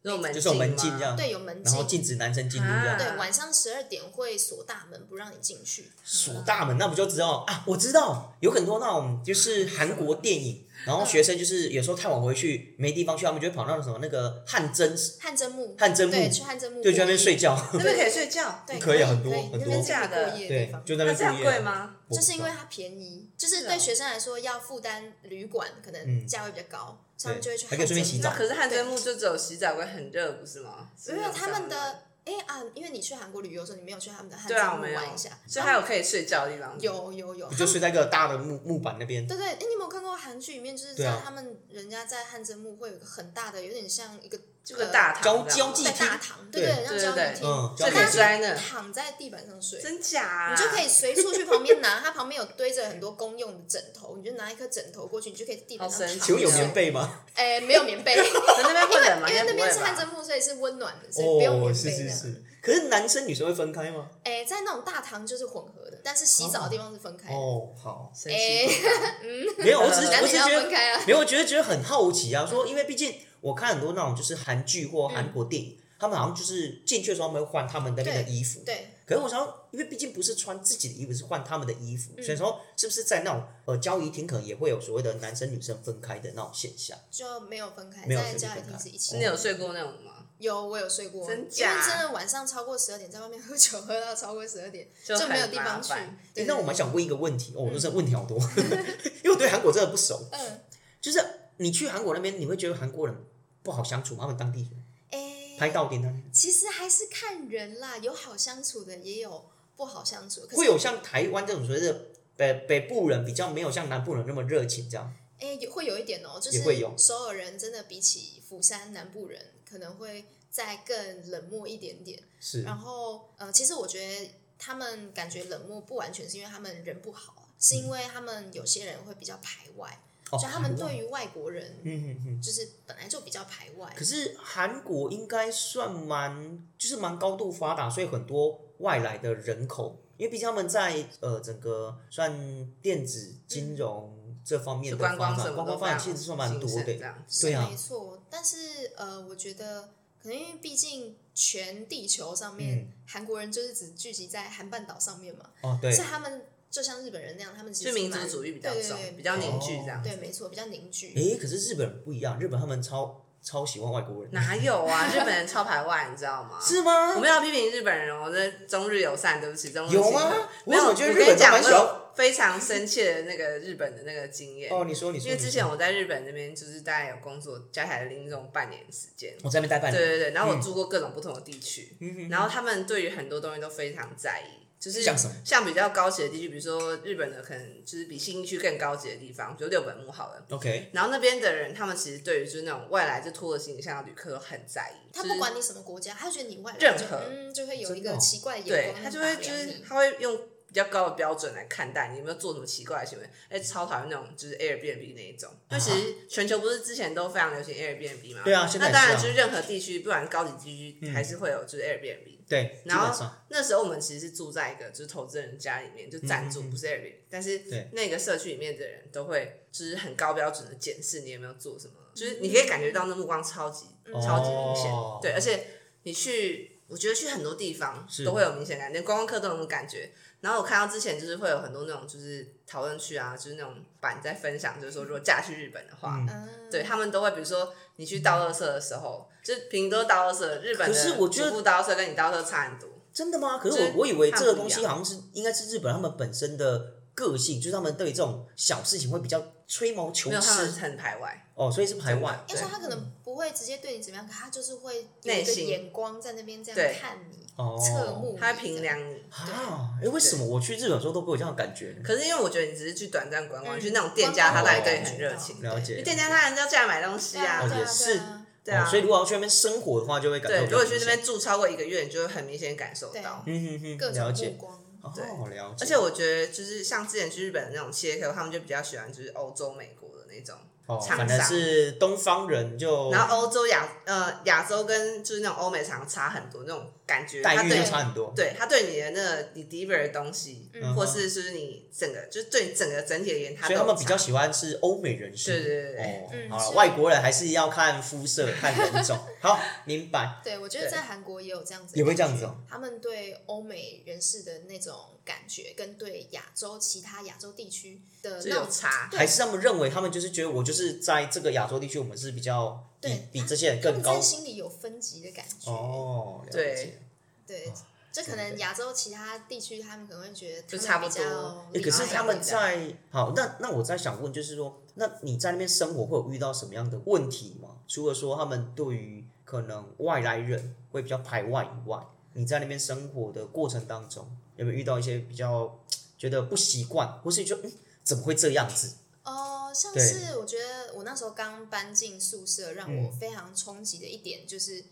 S1: 那种门
S2: 就是有门禁
S1: 吗
S2: 这样，
S3: 对，有门
S2: 然后
S3: 禁，
S2: 禁止男生进入这
S1: 啊
S2: 样。
S3: 对，晚上十二点会锁大门，不让你进去。
S2: 锁大门，那不就知道啊？我知道有很多那种就是韩国电影，
S3: 嗯
S2: 然后学生就是有时候太晚回去没地方去，他们就会跑到什么那个汗蒸
S3: 汗蒸木，
S2: 汗蒸木，
S3: 对，去汗蒸木，
S2: 对，就在那边睡，觉。
S1: 那边可以睡觉。
S3: 对，
S2: 可以
S3: 以
S2: 很多
S3: 可以
S2: 很
S3: 那
S2: 多
S3: 边是可以过夜的
S2: 对
S3: 地方，。
S2: 就在
S1: 那
S2: *laughs* 那
S1: 这
S2: 边
S1: 样
S2: 过
S1: 贵
S2: 夜。
S1: 吗？
S2: 我不
S3: 就是因为
S2: 知道啊
S3: 它便宜，就是
S1: 是
S3: 对
S1: 哦
S3: 学生来说要负担旅馆，可能
S2: 嗯
S3: 价位比较高，所以他们
S2: 对
S3: 就会去
S2: 还
S3: 汗
S2: 可以
S3: 蒸
S2: 顺便洗
S3: 木
S2: 澡
S1: 那可是汗蒸木就只有洗澡会很热，不是吗？
S3: 没
S2: 啊
S3: 有他们
S1: 是
S3: 的哎啊，因为你去韩国旅游的时候，你没有去他们的汗
S1: 对啊，我
S3: 蒸
S1: 没
S3: 木
S1: 有
S3: 玩一下，，
S1: 所以还有可以睡觉的地方。
S3: 有有有，
S2: 我就睡在一个大的木木板那边，
S3: 对对，哎，你有没有看过过韩剧里面就是
S2: 对啊
S3: 在他们人家在汗蒸幕会有一个很大的，有点像一个
S1: 就
S3: 这
S1: 个大堂
S2: 交
S1: 这
S2: 交
S1: 样
S2: 际
S3: 在
S2: 厅
S3: 大堂，
S2: 对
S3: 对对，让
S1: 对
S3: 交
S1: 对
S3: 流
S1: 对
S3: 厅，
S2: 嗯，
S1: 就
S2: 交
S3: 所以
S1: 可
S3: 大
S1: 以
S3: 家
S2: 际
S1: 摔呢
S3: 就躺在地板上睡，
S1: 真假、啊？
S3: 你就可以随处去旁边拿，它旁边有堆着很多公用的枕头，你就拿一颗枕头过去，你就可以在地板
S1: 好
S3: 上
S1: 神
S3: 躺
S1: 奇哦
S2: 请问有
S3: 着
S2: 棉被吗？
S3: 哎、没有棉被，因
S1: 可能那边
S3: *laughs*
S1: 会冷吗？
S3: 为
S1: 应该
S3: 那
S1: 不
S3: 边
S1: 会
S3: 是汗
S1: 吧？
S3: 蒸幕，所以是温暖的， *laughs* 所以不用棉
S2: 哦，
S3: 被
S2: 是是
S3: 的。
S2: 是。可是男生女生会分开吗？
S3: 哎、在那种大堂就是混合的，但是洗澡的地方是分开的。
S2: 哦，好，
S1: 神奇鬼啊
S2: 没有，我只是
S3: 哎男
S2: 我只
S3: 女
S2: 是
S3: 要
S2: 觉
S3: 分
S2: 得，
S3: 开啊！
S2: 没有，我觉得觉得很好奇啊，说因为毕竟我看很多那种就是韩剧
S3: 嗯
S2: 或韩国电影，他们好像就是进去的时候他们会换他们那边的衣服，
S3: 对，
S2: 可是我想要，因为毕竟不是穿自己的衣服，是换他们的衣
S3: 嗯
S2: 服，所以说是不是在那种呃交易厅可能也会有所谓的男生女生分开的那种现象？
S3: 就没有分开，
S2: 没有
S3: 在
S2: 分
S3: 家
S2: 开
S3: 里厅是一起。
S1: 你有睡过那种吗？
S3: 有我有睡过，
S1: 真
S3: 因
S1: 假
S3: 为真的晚上超过十二点，在外面喝酒喝到超过十二点，
S1: 就
S3: 就
S1: 很
S3: 没有地方去
S1: 麻烦。
S3: 对，
S2: 那我蛮想问一个问题哦，我真的问题好多， *laughs* 因为我对韩国真的不熟。
S3: 嗯，
S2: 就是你去韩国那边，你会觉得韩国人不好相处吗？他们当地人
S3: 哎、
S2: 拍到点那里，
S3: 其实还是看人啦，有好相处的，也有不好相处的。可
S2: 会
S3: 是，
S2: 有像台湾这种所谓的北北部人比较没有像南部人那么热情这样。
S3: 哎、有会有一点哦、就
S2: 也会有
S3: 是首尔人真的比起釜山南部人，可能会再更冷漠一点点。
S2: 是哦
S3: 然后，呃，其实我觉得他们感觉冷漠，不完全是因为他们人不好啊，是因为他们有些人会比较排外，
S2: 嗯哦
S3: 所以他们
S2: 韩国
S3: 对于外国人
S2: 嗯嗯嗯。
S3: 就是本来就比较排外
S2: 可。是韩国应该算蛮，就是蛮高度发达，所以很多外来的人口，因为毕竟他们在呃整个算电子金融这方
S1: 嗯
S2: 面
S1: 就
S2: 的
S1: 观光
S2: 发
S1: 什
S2: 展，
S1: 么
S2: 观光
S1: 都
S2: 发展
S1: 非
S2: 其
S1: 常
S2: 实算蛮多
S1: 兴盛
S2: 的
S1: 这。样
S2: 对啊
S3: 没错，但是呃，我觉得可能因为毕竟全地球上面、
S2: 嗯
S3: 韩国人就是只聚集在韩半岛上面嘛，
S2: 哦，对，
S1: 啊
S3: 所以他们就像日本人那样，他们其实
S1: 就民族
S3: 蛮
S1: 主义比较
S3: 对
S1: 重
S3: 对，对
S1: 比较凝聚
S2: 哦
S1: 这样。
S3: 对，没错，比较凝聚。
S2: 诶，可是日本人不一样，日本他们超超喜欢外国人，
S1: 哪有啊？日本人超排外，你知道吗？
S2: 是吗
S1: 我？们要批评日本人哦，这中日友善，对不起，中日
S2: 有
S1: 亲和
S2: 吗
S1: 没有，
S2: 我怎么觉得
S1: 我
S2: 日
S1: 跟
S2: 本
S1: 你
S2: 都
S1: 讲，
S2: 蛮
S1: 我
S2: 喜欢
S1: 有非常深切的那个日本的那个经验。
S2: 哦，你说，你说，
S1: 因为之
S2: 你
S1: 前
S2: 说
S1: 我在日本那边就是大概有工作，加起来零总半年时间。
S2: 我在那边待半
S1: 对
S2: 年，
S1: 对对，然后我住过各种不同的地区，
S2: 嗯
S1: 然后他们对于很多东西都非常在意，就是
S2: 像什么
S1: 像比较高级的地区，比如说日本的可能就是比新一区更高级的地方，比如六本木好了。
S2: ，OK，
S1: 然后那边的人，他们其实对于就是那种外来就拖着行李箱的旅客都很在意，
S3: 他
S1: 就
S3: 不
S1: 是
S3: 管你什么国家，他就觉得你外来
S1: 任
S3: 就
S1: 何
S3: 嗯，就会有
S2: 真
S3: 一
S2: 的
S3: 个
S2: 哦
S3: 奇怪的眼
S1: 对
S3: 光
S1: 他
S3: 来
S1: 就
S3: 打
S1: 会
S3: 量
S1: 就是
S3: 你。
S1: 他会用比较高的标准来看待你有没有做什么奇怪的行为，哎，超讨厌那种就是 Airbnb 那一种。那其实全球不是之前都非常流行 Airbnb 嘛？
S2: 啊对啊现在
S1: 那
S2: 也
S1: 当然
S2: 是啊嗯
S1: 就是任何地区，不管高级地区还是会有就是 Airbnb。
S2: 对，基
S1: 然
S2: 本
S1: 后
S2: 上
S1: 那时候我们其实是住在一个就是投资人家里面，就暂住
S2: 嗯嗯嗯
S1: 不是 Airbnb，但是
S2: 对
S1: 那个社区里面的人都会就是很高标准的检视你有没有做什么，就是你可以感觉到那目光超级超级明显
S2: 哦，
S1: 对，而且你去，我觉得去很多地方
S2: 是
S1: 都会有明显感觉，连观光客都有那种感觉。然后我看到之前就是会有很多那种就是讨论区啊，就是那种版在分享，就是说如果嫁去日本的话，
S2: 嗯
S3: 嗯，
S1: 对他们都会，比如说你去倒垃圾的时候，就是平都倒垃圾，日本
S2: 可
S1: 的
S2: 是我觉得
S1: 主妇倒垃圾跟你倒垃圾差很多。
S2: 真的吗？可是
S1: 就
S2: 我
S1: 是
S2: 我以为这
S1: 看
S2: 个
S1: 不
S2: 东
S1: 一
S2: 西
S1: 样
S2: 好像是应该是日本他们本身的个性，就是他们对于这种小事情会比较吹毛求
S1: 没有，他们
S2: 疵
S1: 很排外，
S2: 哦，所以是排外。
S3: 要说他可能不会直接对你怎么样，可他就是会有
S1: 内
S3: 一个
S1: 心
S3: 眼光在那边这
S1: 对
S3: 样看你，
S2: 哦
S3: 侧目你
S1: 他会评量你。
S2: 啊，哎，为什么我去日本的时候都不会有这样的感觉呢？
S1: 可是因为我觉得你只是去短暂观光，
S3: 嗯
S1: 就是那种店家他
S2: 观光
S1: 到底对
S2: 我
S1: 你很热情，
S2: 了解
S1: 因为店家他人家进来买东西
S3: 对啊，
S2: 哦
S1: 啊
S3: 对，
S2: 也
S3: 啊，
S2: 是
S3: 对啊，
S1: 对啊
S2: 哦，所以如果要去那边生活的话，就会感受
S1: 对，
S2: 比
S1: 如
S2: 较
S1: 果去那
S2: 明显
S1: 边住超过一个月，你就会很明显感受到。
S2: 嗯哼
S3: 各
S2: 哼，了
S3: 种目
S2: 解，
S3: 光，
S1: 对
S2: 哦，了解，
S1: 而且我觉得，就是像之前去日本的那种企业客户，他们就比较喜欢就是欧洲、美国的那种，
S2: 哦，
S1: 厂
S2: 反正
S1: 商
S2: 是东方人就
S1: 然后欧洲亚呃亚洲跟就是那种欧美常常差很多，那种感觉他
S2: 待遇就
S1: 对
S2: 差很多，
S1: 对他对你的那个你 deliver 的东西，
S2: 嗯
S1: 或是就是你整个就是对你整个整体而言，他
S2: 所
S1: 都
S2: 以他们比较
S1: 有差
S2: 喜欢是欧美人士。
S1: 对对对对
S2: 哦，
S3: 嗯
S2: 好了，
S3: 是
S2: 外国人还是要看肤色、看人种。 *laughs* 好，明白。
S3: 对，我觉得
S1: 对
S3: 在韩国也有这样子，
S2: 也会这样子哦。
S3: 他们对欧美人士的那种感觉，跟对亚洲其他亚洲地区的
S1: 就
S3: 那
S1: 有
S3: 种，
S1: 差，
S2: 还是他们认为他们就是觉得我就是在这个亚洲地区，我们是比较比
S3: 对
S2: 比这些人
S3: 他们
S2: 更高
S3: 在。心里有分级的感觉。
S2: 哦，了哦解
S1: 对。
S3: 对，这可能亚洲其他地区他们可能会觉得
S1: 就
S3: 他
S1: 差
S3: 们
S1: 不
S3: 比较
S1: 多
S2: 诶
S3: 厉害
S2: 可是他们
S3: 这样
S2: 在好，那那我在想问，就是说，那你在那边生活会有遇到什么样的问题吗？除了说他们对于可能外来人会比较排外以外，你在那边生活的过程当中，有没有遇到一些比较觉得不习惯，或是觉得嗯怎么会这样子？
S3: 哦，呃，像
S2: 对
S3: 是我觉得我那时候刚搬进宿舍，让我
S2: 嗯
S3: 非常冲击的一点就是，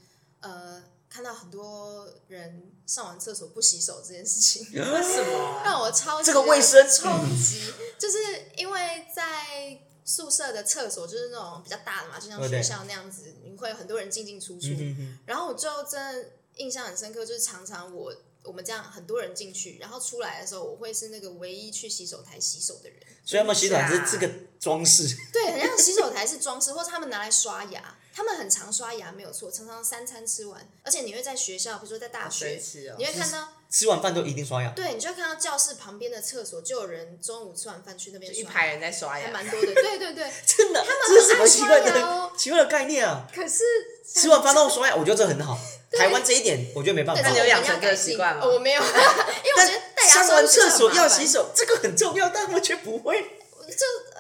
S3: 呃，看到很多人上完厕所不洗手这件事情，
S2: *laughs*
S1: 为什么？
S3: 让我超级
S2: 这个卫生
S3: 冲击，就是因为在宿舍的厕所就是那种比较大的嘛，就像
S2: 对对
S3: 学校那样子，你会有很多人进进出出。
S2: 嗯哼哼
S3: 然后我就真的印象很深刻，就是常常我我们这样很多人进去，然后出来的时候，我会是那个唯一去洗手台洗手的人。
S2: 所以他们洗澡还是
S1: 是啊
S2: 这个装饰，
S3: 对，很像洗手台是装饰，或是他们拿来刷牙。他们很常刷牙，没有错，常常三餐吃完，而且你会在学校，比如说在大
S1: 好
S3: 学
S1: 神，奇
S2: 啊
S1: 哦
S3: 你！会看到，
S2: 吃完饭都一定刷牙。
S3: 对，你就会看到教室旁边的厕所就有人中午吃完饭去那边
S1: 一
S3: 刷
S1: 排
S3: 牙，
S1: 人在刷
S3: 还
S1: 牙，
S3: 蛮多的。对对对，
S2: 真的，
S3: 们
S2: 这是什么
S3: 很爱
S2: 奇怪
S3: 刷牙哦
S2: 的奇怪的概念啊？
S3: 可是
S2: 吃完饭后刷牙，我觉得这很好。台湾这一点，我觉得没办
S3: 对，
S2: 法
S1: 那。你有
S3: 这个
S1: 养
S3: 我
S1: 成
S3: 们要
S1: 这个
S3: 改
S1: 习
S3: 进
S1: 惯吗
S3: 哦我没有，因为我觉得戴牙刷
S2: 上完
S3: 就觉得
S2: 厕
S3: 很
S2: 所
S3: 麻
S2: 要
S3: 烦
S2: 洗手，这个很重要，但我却不会。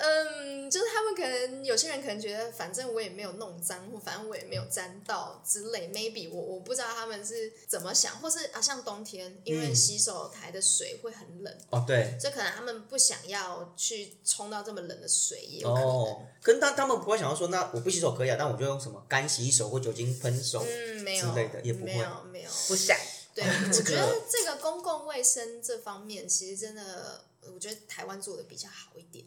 S3: 嗯，就是他们可能有些人可能觉得，反正我也没有弄脏，或反正我也没有沾到之类，maybe 我我不知道他们是怎么想，或是啊，像冬天，因为
S2: 嗯
S3: 洗手台的水会很冷，
S2: 哦，对，
S3: 所以可能他们不想要去冲到这么冷的水，也有可能。
S2: 哦，可能他他们不会想要说，那我不洗手可以啊，但我就用什么干洗手或酒精喷手。
S3: 嗯，没有
S2: 之类的也不会
S3: 没有没有。
S1: 不想。
S3: *laughs* 对，
S2: *laughs* 这
S3: 我
S2: 个
S3: 觉得这个公共卫生这方面，其实真的，我觉得台湾做的比较好一点。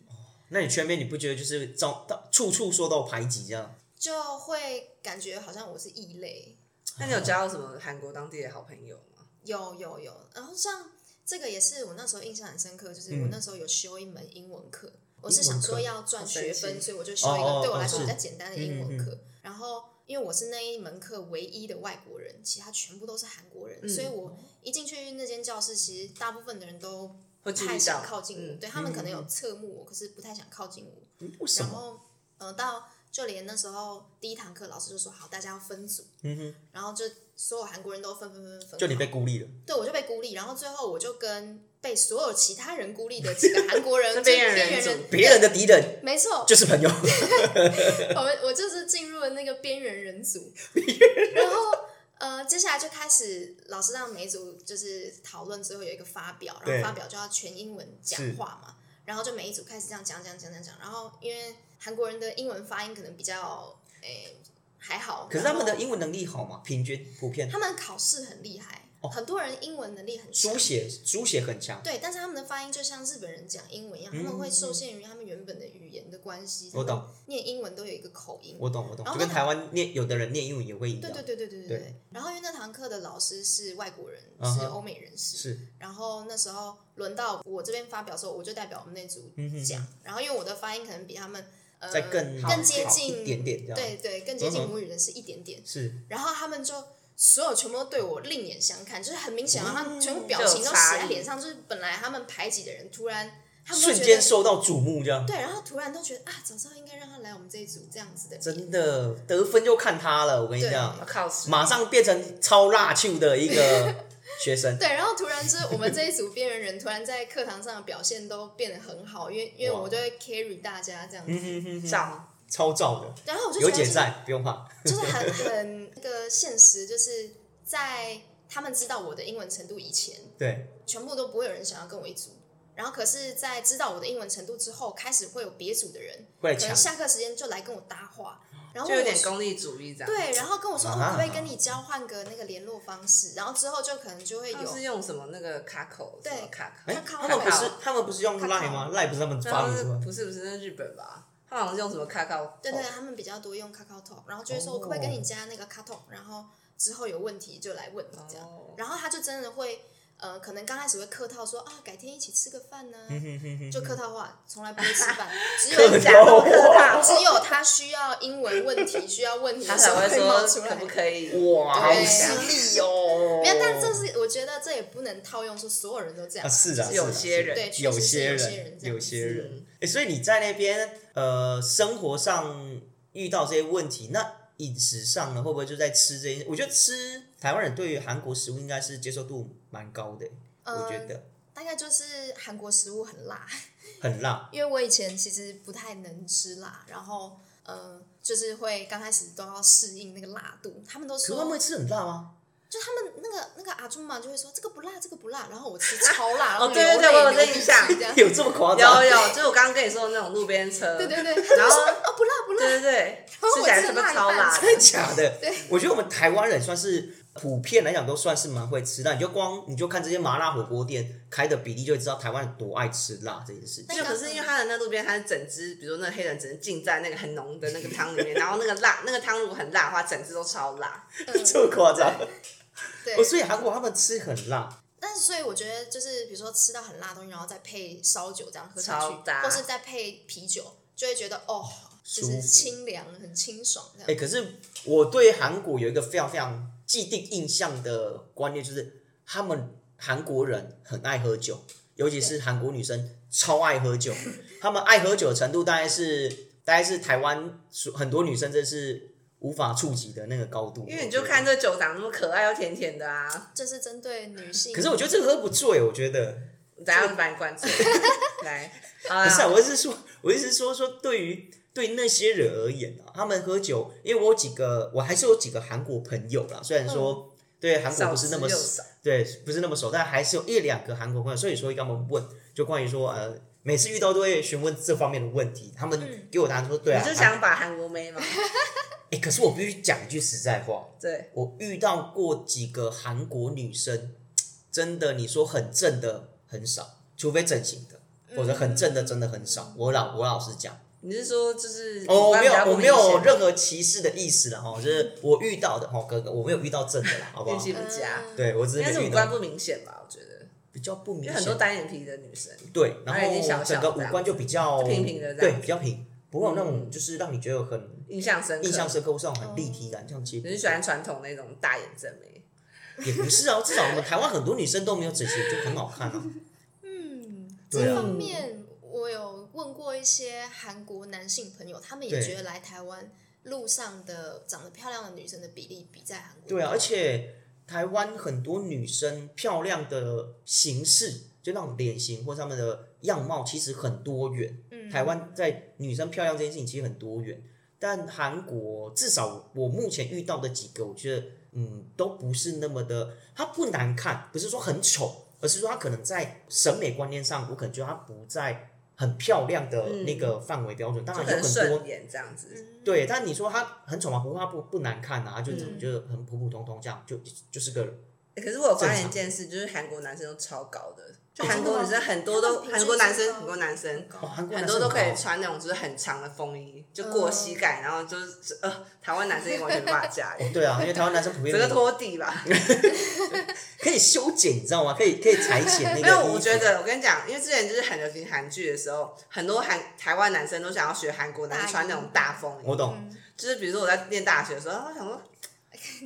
S2: 那你圈边你不觉得就是遭到处处受到排挤这样？
S3: 就会感觉好像我是异类，
S1: 那你有交到什么韩国当地的好朋友吗？
S3: 有有有，然后像这个也是我那时候印象很深刻，就是
S2: 嗯
S3: 我那时候有修一门英文课，我是想说要赚学
S1: 好神
S3: 分，
S1: 奇
S3: 所以我就修一
S2: 哦哦
S3: 个对我
S2: 哦
S3: 来说
S2: 是
S3: 比较简单的
S2: 嗯
S3: 英
S2: 嗯
S3: 文
S2: 嗯
S3: 课。然后因为我是那一门课唯一的外国人，其他全部都是韩国人，
S1: 嗯
S3: 所以我一进去那间教室，其实大部分的人都
S1: 会
S3: 不
S1: 注
S3: 太
S1: 意到
S3: 想靠近我，
S1: 嗯
S3: 对他们可能
S2: 嗯
S3: 有侧目我，可是不太想靠近我。
S2: 嗯为什
S3: 然
S2: 么？
S3: 后，呃，到就连那时候第一堂课，老师就说好，大家要分组，
S2: 嗯哼，
S3: 然后就所有韩国人都分分分分分，
S2: 就你被孤立了。
S3: 对我就被孤立，然后最后我就跟被所有其他人孤
S2: *laughs*
S3: 立的几个韩国人，
S1: 跟
S3: 就是
S1: 边缘人
S3: 边缘
S1: 组
S3: 人，
S2: 别人的敌人
S3: 没错，
S2: 就是朋友， *laughs*
S3: 我们我就是进入了那个边缘人组，然后呃，接下来就开始老师让每一组就是讨论之后有一个发表，然
S2: 对
S3: 后发表就要全英文讲话嘛，然后就每一组开始这样讲讲讲讲讲，然后因为韩国人的英文发音可能比较诶、还好，
S2: 可是他们
S3: 然
S2: 的
S3: 后
S2: 英文能力好嘛？平均普遍
S3: 他们考试很厉害，
S2: 哦
S3: 很多人英文能力很强
S2: 书。写书写很强。
S3: 对，但是他们的发音就像日本人讲英文一样，他们会受限于他们原本的语言的关系。
S2: 嗯我懂，
S3: 念英文都有一个口音。
S2: 我懂我懂，
S3: 然
S2: 就
S3: 后
S2: 跟
S3: 那
S2: 台湾念有的人念英文也会一
S3: 对
S2: 样，
S3: 对对对对对
S2: 对
S3: 对。然后因为那堂课的老师是外国人，
S2: 嗯哼
S3: 是欧美人士。
S2: 是
S3: 然后那时候轮到我这边发表的时候，我就代表我们那组
S2: 嗯哼
S3: 讲。然后因为我的发音可能比他们呃
S2: 再更好
S3: 更接
S2: 好
S3: 近
S2: 一点点这样，
S3: 对对更接
S2: 嗯
S3: 近
S2: 哼
S3: 母语人士一点点。
S2: 是
S3: 然后他们就所有全部都对我另眼相看，就是很明显，啊
S2: 哦
S3: 然后他们全部表情
S1: 就
S3: 都
S1: 有差
S3: 写
S1: 异
S3: 在脸上，就是本来他们排挤的人，突然他们都
S2: 瞬
S3: 觉
S2: 间
S3: 得
S2: 受到瞩目这样，
S3: 对，然后突然都觉得啊，早知道应该让他来我们这一组这样子的，
S2: 真的得分就看他了，我跟你
S1: 要
S2: 讲，
S1: 嗯靠死
S2: 马上变成超辣球的一
S3: *laughs*
S2: 个学生，
S3: 对，然后突然就是我们这一组边缘人，突然在课堂上的表现都变得很好，因为因为
S2: 哇
S3: 我就会 carry 大家这样
S2: 嗯
S3: 子，
S2: 哼哼哼，
S1: 照，
S2: 超照的，
S3: 然后我就觉
S2: 有
S3: 得就
S2: 姐
S3: 是
S2: 在，不用怕，
S3: 就是
S2: *laughs*
S3: 很很那个现实，就是在他们知道我的英文程度以前，
S2: 对，
S3: 全部都不会有人想要跟我一组。然后可是，在知道我的英文程度之后，开始会有别组的人，
S2: 过来
S3: 可
S2: 抢
S3: 能，下课时间就来跟我搭话，然后
S1: 就有
S3: 问我
S1: 点
S3: 说
S1: 功利主义这样。，
S3: 哦对，然后跟我说、
S2: 啊
S3: 哦，可不可以跟你交换个那个联络方式？然后之后就可能就会
S1: 他
S3: 有
S1: 们是用什么那个卡口？
S3: 对
S1: 什么卡口
S2: 哎，
S3: 他靠
S2: 他们不是
S1: 靠
S2: 他们不是用
S3: 靠
S2: line 吗？line 不是他们发
S1: 那
S2: 明
S1: 是
S2: 的吗？
S1: 不是不是那是日本吧？他好像是用什么卡口？
S3: 对对，他们比较多用 Kakao Talk，然后就会说
S2: 哦
S3: 我可不可以跟你加那个 Kakao，Talk，然后之后有问题就来问你这样，
S1: 哦，
S3: 然后他就真的会呃，可能刚开始会客套说啊，改天一起吃个饭呢、
S2: 嗯哼哼哼
S3: 就客套话，从来不会吃
S2: *laughs*
S3: 饭，只
S2: 客
S3: 有
S1: 假
S2: 套
S1: 那么
S3: 假
S1: 可怕，
S3: *laughs* 只有他需要英文问题需要问你
S1: 他
S3: 的时
S1: 才
S3: 候
S1: 会
S3: 冒
S1: 说
S3: 出
S1: 可
S3: 来
S1: 不。可以？
S2: 哇，好
S3: 对
S2: 犀利哦！
S3: 没有，但这是我觉得这也不能套用说所有人都这样
S2: 啊，
S3: 吧，
S2: 是的，
S1: 是有
S2: 是的啊
S1: 些人
S3: 对，确
S2: 有
S3: 实是
S2: 些
S3: 有
S2: 人，
S3: 这样
S2: 有
S3: 子
S2: 些人
S1: 嗯。
S2: 哎、所以你在那边呃，生活上遇到这些问题，那饮食上呢，会不会就在吃这些？我觉得吃台湾人对于韩国食物应该是接受度蛮高的、我觉
S3: 嗯，
S2: 得
S3: 大概就是韩国食物很辣，
S2: 很辣。
S3: 因为我以前其实不太能吃辣，然后呃，就是会刚开始都要适应那个辣度。他们都
S2: 可是他们
S3: 说
S2: 会吃很辣吗？
S3: 就他们那个那个阿朱嘛就会说这个不辣，这个不辣，然后我吃超
S2: *laughs*
S3: 辣，然后
S1: 哦对对对
S3: 流泪
S1: 我有这
S3: 流鼻
S1: 印象
S3: 涕这样
S2: 有这么夸张
S1: 有？有，就是我刚刚跟你说的那种路边车，
S3: 对对对，
S1: 然
S3: 然
S1: 后
S3: 后哦不辣不辣，
S1: 对对对，
S3: 然后
S1: 吃
S3: *laughs* 我
S1: 起来
S3: 吃
S1: 是不
S3: 辣
S1: 是
S3: 一
S1: 超
S3: 半
S1: 辣的？
S2: *laughs* 真的假的？
S3: 对，
S2: 我觉得我们台湾人算是普遍来讲都算是蛮会吃辣，你就光你就看这些麻辣火锅店开的比例，就会知道台湾人多爱吃辣这件事情。
S1: 就可是因为它的那路边，它是整只，比如那个黑人只能浸在那个很浓的那个汤里面，然后那个辣，那个汤如果很辣的话，整只都超辣。
S2: *laughs*
S3: 嗯
S2: 这么夸张？
S3: 对
S2: 哦，。所以韩国他们吃很辣，
S3: 但是所以我觉得就是比如说吃到很辣的东西，然后再配烧酒这样喝下去
S1: 超搭，
S3: 或是再配啤酒，就会觉得哦，就
S2: 舒
S3: 是
S2: 服
S3: 清凉很清爽这样。
S2: 哎、可是我对韩国有一个非常非常既定印象的观念，就是他们韩国人很爱喝酒，尤其是韩国女生超爱喝酒，他们爱喝酒的程度大概是大概是台湾很多女生真是无法触及的那个高度。
S1: 因为你
S2: 我觉
S1: 就
S2: 得
S1: 看，这酒长那么可爱又甜甜的啊，
S3: 这是针对女性。
S2: 可是我觉得这个喝不醉，我觉得
S1: 我等一下把你灌醉。来，好
S2: 不是
S1: 啦，
S2: 啊，我是说，我意思是说说对于对那些人而言啊，他们喝酒，因为我有几个我还是有几个韩国朋友啦，虽然说、对韩国
S1: 少
S2: 不是
S1: 之
S2: 那么
S1: 又嗯少。
S2: 对，不是那么熟，但还是有一两个韩国朋友，所以说跟他们问，就关于说呃，每次遇到都会询问这方面的问题，他们
S3: 嗯
S2: 给我答案说对
S1: 你
S2: 啊，
S1: 就
S2: 哎、
S1: 想把韩国妹吗？
S2: 诶可是我必须讲一句实在话，
S1: 对，
S2: 我遇到过几个韩国女生，真的你说很正的很少，除非整形的，
S1: 嗯
S2: 否则很正的真的很少。我老我老实讲，
S1: 你是说就是
S2: 哦，我没有我没有任
S1: 何
S2: 何歧视的意思了哈，就是我遇到的哦哈，哥哥我没有遇到正的
S1: *laughs*
S2: 啦，好不
S1: 运
S2: 好
S1: 气？不佳，
S3: 嗯
S2: 对我只
S1: 应该
S2: 是
S1: 是
S2: 没
S1: 五
S2: 遇
S1: 官
S2: 到
S1: 不明显吧？我觉得，
S2: 比较不
S1: 因
S2: 明
S1: 为
S2: 显，
S1: 很多单眼皮的女生，
S2: 对，然
S1: 它已经小
S2: 后
S1: 小
S2: 整
S1: 的
S2: 个
S1: 这
S2: 五
S1: 样
S2: 官就比较
S1: 就平平的这
S2: 对，
S1: 样
S2: 比较平，不会有那种
S1: 嗯
S2: 就是让你觉得很
S1: 印象深刻。嗯
S2: 印象深刻，或是那种很立体感，这样接
S1: 你是喜欢传统那种大眼正妹？
S2: 也不是啊，至少我们台湾很多女生都没有整形，就很好看
S1: *laughs*
S2: 啊。
S3: 嗯，
S2: 对
S3: 这
S2: 啊
S3: 方面我有问过一些韩国男性朋友，他们也
S2: 对
S3: 觉得来台湾路上的长得漂亮的女生的比例比在韩国
S2: 对啊，
S3: 高
S2: 而且台湾很多女生漂亮的形式，就那种脸型或她们的样貌，其实很多元。
S3: 嗯
S2: 台湾在女生漂亮这件事情其实很多元，但韩国至少我目前遇到的几个，我觉得嗯都不是那么的，它不难看，不是说很丑，而是说它可能在审美观念上，我可能觉得它不在很漂亮的那个范围标准。当
S1: 就
S2: 然啊有
S1: 嗯很
S2: 很多
S1: 顺眼这样子，
S3: 嗯
S2: 对，但你说他很丑吗？不过他不不难看啊，就
S1: 嗯
S2: 就是很普普通通这样，就就是个
S1: 欸可是我有发现
S2: 正常
S1: 一件事，就是韩国男生都超高的，就
S2: 哦
S1: 韩国女生很多都
S3: 他们平均
S1: 韩国男
S3: 身
S1: 生很多男生
S3: 高很
S2: 哦，
S3: 高嗯
S2: 韩国
S1: 很
S2: 男
S1: 多
S2: 生
S1: 都
S2: 很
S1: 可以
S2: 高
S1: 穿那种就是很长的风衣，就过膝盖，然后就是呃，台湾男生也完全无法驾
S2: *laughs*
S1: 驭，
S2: 对啊，因为台湾男生普
S1: *laughs*
S2: 遍
S1: 整个拖地吧。
S2: 可以修剪，你知道吗？可以可以裁剪那
S1: *laughs* 没有，
S2: 个衣服。
S1: 我觉得我跟你讲，因为之前就是很流行韩剧的时候，很多韩台湾男生都想要学韩国男生穿那种大风衣
S2: 我，懂，
S3: 嗯
S1: 就是比如说我在念大学的时候，我想说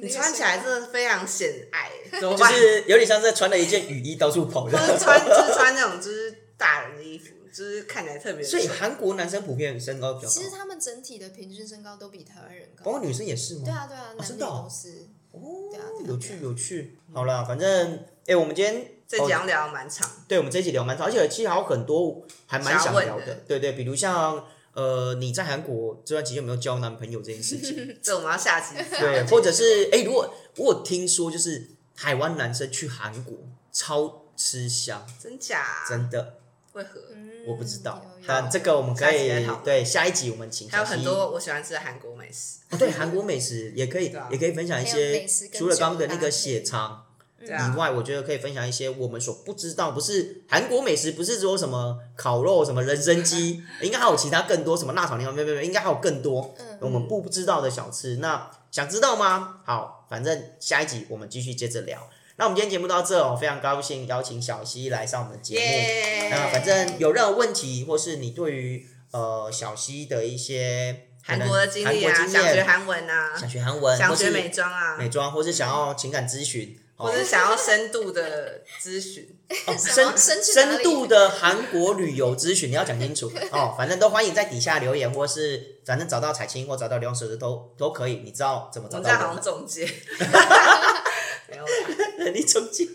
S1: 你穿起来
S3: 那个
S1: 真的非常显矮，怎么
S2: 就
S1: 办？
S2: 是有点像是穿了一件雨衣到处跑
S1: 或 *laughs* 是
S2: 的。
S1: 穿就是穿那种就是大人的衣服，就是看起来特别
S2: 所
S1: 帅。
S2: 以韩国男生普遍身高比较
S3: 其实
S2: 高，
S3: 他们整体的平均身高都比台湾人
S2: 包
S3: 高
S2: 括。女生也是吗？
S3: 对啊，对啊，男
S2: 真
S3: 女
S2: 的哦
S3: 都是。
S2: 哦
S3: 对啊对啊
S2: 有趣有趣。好啦，反正哎，我们今天
S1: 这
S2: 哦
S1: 讲聊蛮长，
S2: 对，我们这一集聊蛮长，而且其实还有很多还蛮想
S1: 想
S2: 聊
S1: 问的
S2: 对对，比如像呃你在韩国这段期间有没有交男朋友这件
S1: *laughs*
S2: 事情，
S1: 这我们要下集再
S2: 嗯对，
S1: 聊
S2: 或者是哎，如果我有听说就是台湾男生去韩国超吃香，
S1: 真假
S2: 真的
S1: 为何？
S3: 嗯
S2: 我不知道
S3: 有有，
S2: 但这个我们可
S1: 下一集再
S2: 以
S1: 讨论
S2: 对下一集我们请
S1: 还有
S2: 小
S1: 很
S2: 西
S1: 多我喜欢吃的韩国美食，
S2: 哦对韩国美食也可以
S1: 对啊
S2: 也可以分享一
S3: 还有
S2: 些
S3: 美食，跟
S2: 除了刚刚的
S3: 酒吧
S2: 那个血肠。
S1: 对
S2: 以
S1: 啊，
S2: 外，我觉得可以分享一些我们所不知道，不是韩国美食，不是说什么烤肉、什么人
S1: *laughs*
S2: 参鸡，应该还有其他更多什么辣炒牛肉，没有没有没有，应该还有更多
S3: 嗯
S2: 我们不知道的小吃。那想知道吗？好，反正下一集我们继续接着聊。那我们今天节目到这哦，非常高兴邀请小溪来上我们的节目。
S1: 耶
S2: 嗯那反正有任何问题，或是你对于呃小溪的一些
S1: 韩国的经历啊，
S2: 韩国经
S1: 想学
S2: 验，
S1: 韩文啊，
S2: 想学韩文，
S1: 想
S2: 或是
S1: 学美妆啊，
S2: 美妆，或是想要情感咨询，
S1: 或
S2: 哦
S1: 是想要深度的咨
S2: *laughs*
S1: 询，
S2: 哦，
S3: 想
S2: 深
S3: 要深去哪
S2: 深
S3: 里
S2: 度的韩国旅游咨询，你要讲清楚哦。反正都欢迎在底下留言，或是反正找到彩青或找到刘老师都都可以，你知道怎么
S1: 我
S2: 找
S1: 们
S2: 到
S1: 这样好像
S2: 我
S1: 总
S2: *laughs*
S1: 结，没有啦，
S2: 们。 *laughs* 你中介。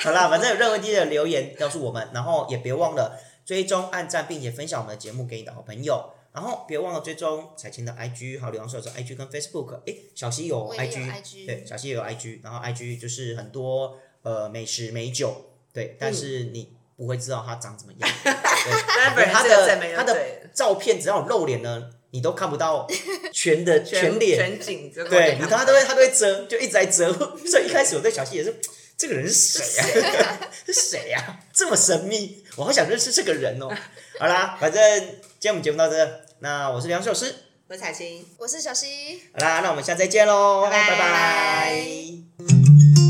S2: 好啦，反正有任何问题的留言告诉我们，然后也别忘了追踪、按赞，并且分享我们的节目给你的好朋友。然后别忘了追踪彩青的 IG，还有刘洋帅的 IG 跟 Facebook。诶，小溪有
S3: 我也有
S2: IG，,
S3: IG
S2: 对，小溪也有 IG，然后 IG 就是很多呃美食美酒，对，但是你不会知道它长怎么
S1: 嗯
S2: 样。
S1: *laughs* 但本
S2: 对
S1: 人
S2: 他
S1: 这个
S2: 的
S1: 真没有
S2: 他的
S1: 对
S2: 照片只要有露脸呢，你都看不到全的全脸，
S1: 全景，这个我
S2: 对
S1: 没
S2: 你
S1: 看
S2: 他都会他都会遮，就一直在遮。 *laughs* 所以一开始我对小溪也是，这个人是谁呀、
S1: *laughs*
S2: 是谁呀、这么神秘，我好想认识这个人哦。好啦，反正今天我们节目到这，那我是梁秀诗，
S1: 我彩青。
S3: 我是小溪。
S2: 好啦，那我们下次再见喽，
S1: 拜拜
S2: 拜拜